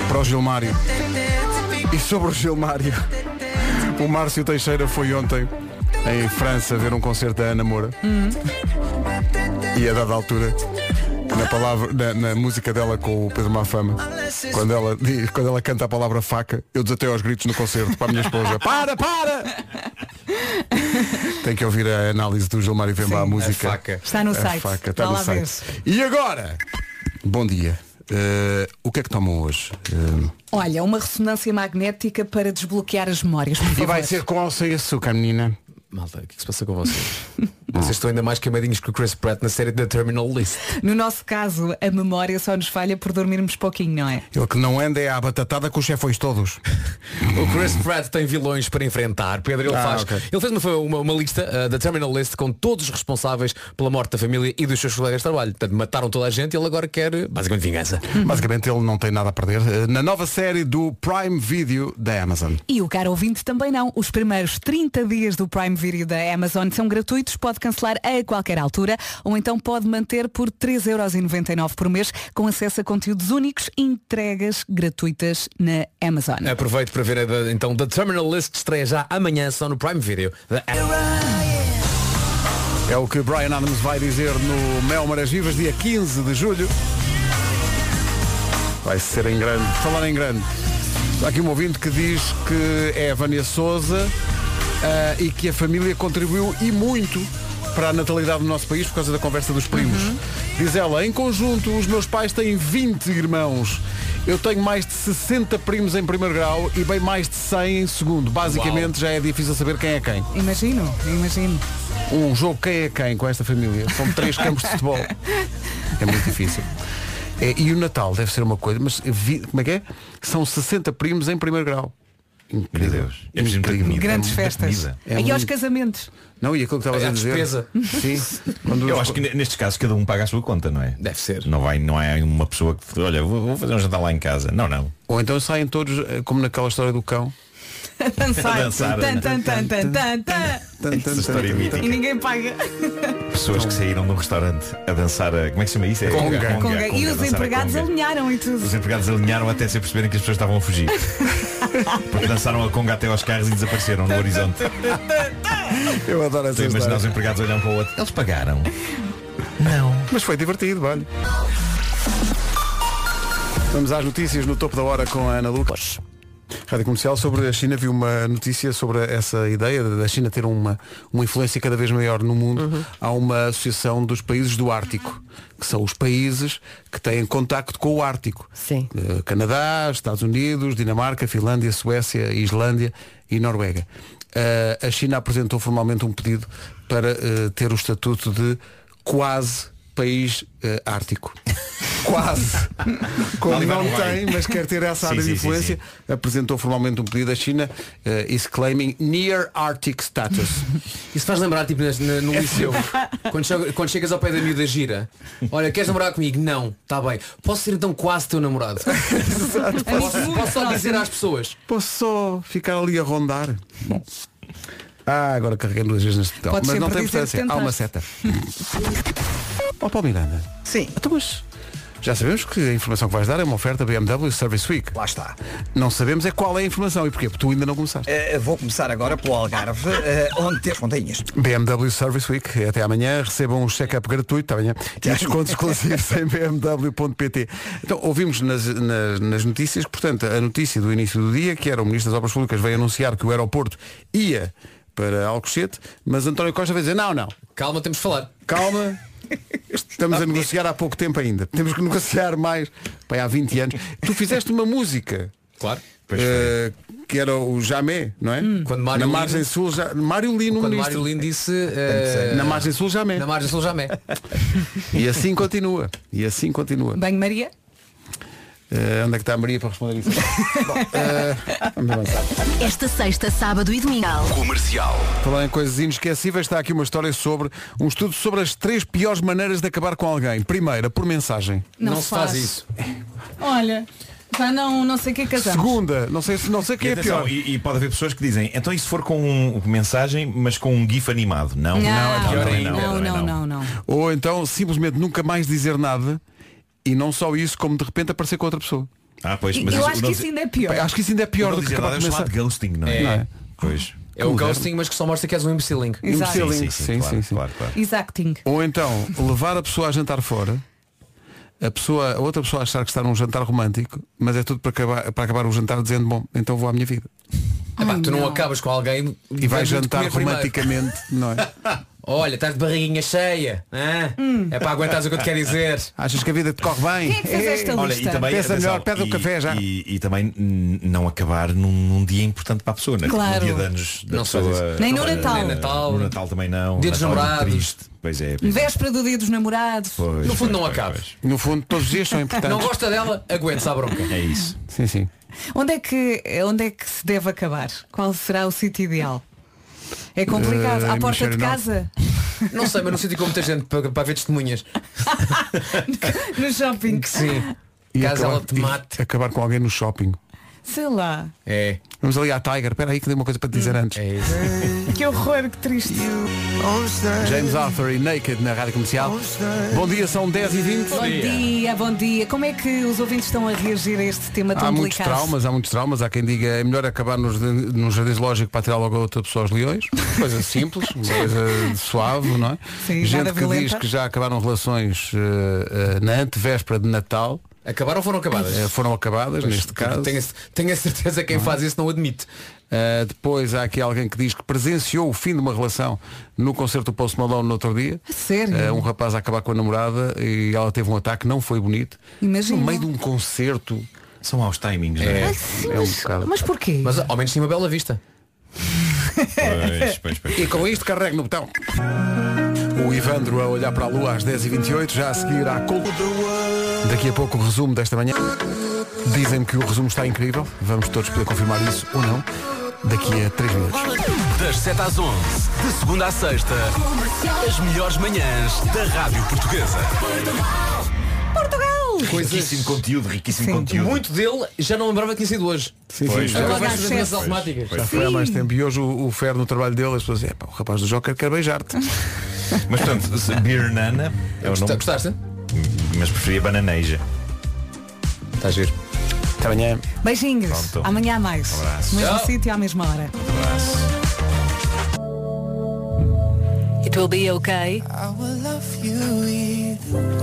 para o Gilmário. E sobre o Gilmário, o Márcio Teixeira foi ontem em França ver um concerto da Ana Moura. E a dada altura, na, palavra, na, na música dela com o Pedro Mafama, quando ela, diz- quando ela canta a palavra faca, eu desatei aos gritos no concerto para a minha esposa. Para, para! Tem que ouvir a análise do Gilmário Vemba à música. Está no A site. faca, está Vá no lá site. ver. E agora? Bom dia. Eh, o que é que tomam hoje? Eh, Olha, uma ressonância magnética para desbloquear as memórias. por e vai favor. ser com ou sem açúcar, menina? Malta, o que é que se passa com vocês? vocês estão ainda mais queimadinhos que o Chris Pratt na série The Terminal List. No nosso caso, a memória só nos falha por dormirmos pouquinho, não é? Ele que não anda é à batatada com os chefões todos. O Chris Pratt tem vilões para enfrentar. Pedro, ele Ah, faz. ok. Ele fez uma, uma- uma lista ah, da Terminal List com todos os responsáveis pela morte da família e dos seus colegas de trabalho. Portanto, mataram toda a gente e ele agora quer eh, basicamente vingança. Basicamente ele não tem nada a perder. Eh, Na nova série do Prime Video da Amazon. E o caro ouvinte também não. Os primeiros 30 dias do Prime Video da Amazon são gratuitos, pode cancelar a qualquer altura ou então pode manter por 3,99€ por mês com acesso a conteúdos únicos e entregas gratuitas na Amazon. É. Aproveito para ver a da- então The Terminal List estreia já amanhã só no Prime Video. Da- É o que Brian Adams vai dizer no Mel Maras Vivas, dia 15 de julho. Vai ser em grande. Falar em grande. Há aqui um ouvinte que diz que é a Vânia Souza eh, e que a família contribuiu e muito para a natalidade do nosso país por causa da conversa dos primos. Diz ela, em conjunto, os meus pais têm 20 irmãos. Eu tenho mais de 60 primos em primeiro grau e bem mais de 100 em segundo. Basicamente já é difícil saber quem é quem. Imagino, imagino. Um jogo quem é quem com esta família. São três campos de futebol. É muito difícil. É, e o Natal deve ser uma coisa, mas vi- como é que é? São 60 primos em primeiro grau. Incrível. É preciso muita comida. Grandes É muita festas. comida. e aos casamentos. Não, e aquilo que estavas É a a dizer. despesa. Sim. Eu acho que ne- nestes casos cada um paga a sua conta, não é? Deve ser. Não, vai, não é uma pessoa que, olha, vou, vou fazer um jantar lá em casa. Não, não. Ou então saem todos, eh, como naquela história do cão. A dançar. A dançar. Tan, tan, tan, tan, tan, tan. Essa história é E mítica. ninguém paga. Pessoas que saíram de um restaurante a dançar a. Como é que se chama isso? É Conga. Conga. E os dançar a empregados conga. alinharam e Os tudo. empregados alinharam até sem perceberem que as pessoas estavam a fugir. Porque dançaram a conga até aos carros e desapareceram no horizonte. Eu adoro essa Estou a imaginar história. os empregados olham para o outro. Eles pagaram. Não. é- Mas foi divertido, vale. Vamos às notícias no topo da hora com a Ana Lucas. Rádio Comercial sobre a China, vi uma notícia sobre essa ideia da China ter uma, uma influência cada vez maior no mundo. Há uma associação dos países do Ártico, que são os países que têm contacto com o Ártico. Sim. Eh, Canadá, Estados Unidos, Dinamarca, Finlândia, Suécia, Islândia e Noruega. Eh, a China apresentou formalmente um pedido para eh, ter o estatuto de quase país eh, ártico. Quase. Não, Como não, não vai. tem, mas quer ter essa área Sim, de sim, sim, influência, apresentou formalmente um pedido à China, eh, is claiming near Arctic status. Isso faz lembrar tipo nas- na- no liceu. quando, chega- quando chegas ao pé da miúda gira. Olha, queres namorar comigo? Não, está bem. Posso ser então quase teu namorado. posso, posso só dizer às pessoas. Posso só ficar ali a rondar? Bom. Ah, agora carreguei duas vezes neste botão. Pode mas não sempre tem dizer que importância. Há uma seta. Ó Paulo Miranda. Sim. Então, mas já sabemos que a informação que vais dar é uma oferta BMW Service Week. Lá está. Não sabemos é qual é a informação e porquê, porque tu ainda não começaste. Eh, vou começar agora pelo Algarve, eh, onde teve containhas. BMW Service Week, até amanhã, recebam um check-up gratuito, amanhã, e descontos exclusivos em bmw.pt. Então, ouvimos nas, nas, nas notícias, portanto, a notícia do início do dia, que era o Ministro das Obras Públicas veio anunciar que o aeroporto ia para Alcochete, mas António Costa veio dizer, não, não. Calma, temos de falar. Calma. Estamos a negociar há pouco tempo ainda. Temos que negociar mais. Pai, há 20 anos. Tu fizeste uma música. Claro. Eh, que era o Jamé, não é? Hum. Quando Na margem sul, já... Mário Lino, Quando ministro. Mário Lino disse... Portanto, eh, na margem sul, Jamé. Na margem sul, Jamé. E assim continua. E assim continua. Banho Maria? Eh, onde é que está a Maria para responder isso? Bom, eh, vamos avançar. Esta sexta, sábado e domingo. Comercial. Falar em coisas inesquecíveis, está aqui uma história sobre um estudo sobre as três piores maneiras de acabar com alguém. Primeira, por mensagem. Não Não se se faz faz. isso. Olha, já não, não sei o que é casamos. Segunda, não sei, se- não sei E, quem é atenção, pior. e, e pode haver pessoas que dizem, então isso for com um- mensagem, mas com um gif animado. Não, é também é não, também não, não, não. Ou então simplesmente nunca mais dizer nada e não só isso, como de repente aparecer com outra pessoa. Ah, pois, E- mas eu isso- acho não que dizer- isso ainda é pior. Acho que isso ainda é pior não do que dizer acabar nada, de é chamado começar. ghosting, não É. é? Não é? Pois. É o ghosting, mas que só mostra que és um imbecilinho. é Exato. Imbecilinho. Sim, sim, sim. Exacting. Ou então, levar a pessoa a jantar fora, a pessoa, a outra pessoa achar que está num jantar romântico, mas é tudo para acabar, para acabar o jantar dizendo, bom, então vou à minha vida. Epá, tu não, acabas com alguém E vai dando-te jantar comer primeiro. romanticamente, não é? Olha, estás de barriguinha cheia. hã? É para aguentares o que eu te quero dizer. Achas que a vida te corre bem? Quem é que fez esta Olha, e também, Pensa atenção, melhor, pede o e- café já. E, e também n- não acabar num, num dia importante para a pessoa, né? Claro. no dia de anos da Não se faz pessoa. isso. Nem no Olha, Natal. No Natal. No Natal também não. Dia dos Natal é muito namorados. triste. Pois é. pois é. Véspera do dia dos namorados. Pois, No fundo pois, não pois, acabas. No fundo todos os dias são importantes. Não gosta dela, aguenta-se à bronca. É isso. Sim, sim. Onde é, que, onde é que se deve acabar? Qual será o sítio ideal? É complicado. Eh, À no porta de Xerinal. casa? Não sei, mas não sítio com muita gente para, para ver testemunhas. no shopping? Sim. E Caso acabar, ela te e mate. acabar com alguém no shopping. Sei lá. É. Vamos ali à Tiger, espera aí que tem uma coisa para te dizer antes. É isso. Que horror, que triste. É. James Arthur e Naked na Rádio Comercial. Bom dia, são 10h20. Bom dia, bom dia. Como é que os ouvintes estão a reagir a este tema tão Há muitos delicado? traumas, há muitos traumas. Há quem diga é melhor acabar nos, nos jardins lógico para tirar logo a outra pessoa aos leões. Coisa simples, uma coisa suave, não é? Sim, Gente nada que diz violenta. que já acabaram relações eh, eh, na antevéspera de Natal. Acabaram ou foram acabadas? Eh, foram acabadas, neste caso. Tenho, tenho a certeza que quem faz isso não admite. Uh, depois há aqui alguém que diz que presenciou o fim de uma relação no concerto do Post Malone no outro dia. sério? Uh, um rapaz a acabar com a namorada e ela teve um ataque, não foi bonito. Imagino. No meio de um concerto. São aos timings, é, Ah, sim, é um mas, bocado. mas porquê? Mas ao menos tinha uma bela vista. E com isto carrego no botão. O Ivandro a olhar para a lua às 10h28, já a seguir à culpa. Daqui a pouco o resumo desta manhã. Dizem-me que o resumo está incrível. Vamos todos poder confirmar isso ou não. Daqui a 3 minutos. Das 7 às 11, de segunda à sexta, as melhores manhãs da Rádio Portuguesa. Portugal! Riquíssimo conteúdo, riquíssimo Sim. conteúdo. Muito dele já não lembrava que tinha sido hoje. Sim, Pois, sim. Agora Agora dá vai fazer acesso. doenças automáticas. É Já foi há mais tempo e hoje o, o Fer no trabalho dele as pessoas dizem, "Epá, o rapaz do Joker quer beijar-te. Mas portanto, se- Beer Nana é o nome. Gostaste? Mas preferia bananeja. Está a giro. Até amanhã. Beijinhos. Pronto. Amanhã há mais. Um abraço. Mesmo Tchau. sítio à mesma hora. Abraço. It will be okay.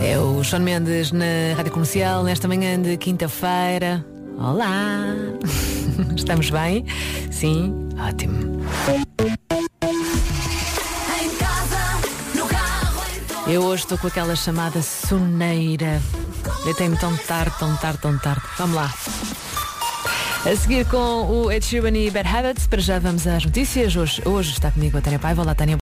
É o Sean Mendes na Rádio Comercial nesta manhã de quinta-feira. Olá! Estamos bem? Sim, ótimo. Eu hoje estou com aquela chamada soneira. Deitei-me tão tarde, tão tarde, tão tarde. Vamos lá. A seguir com o Ed Sheeran e Bad Habits, para já vamos às notícias. Hoje, hoje está comigo a Tânia Paiva. Olá, Tânia.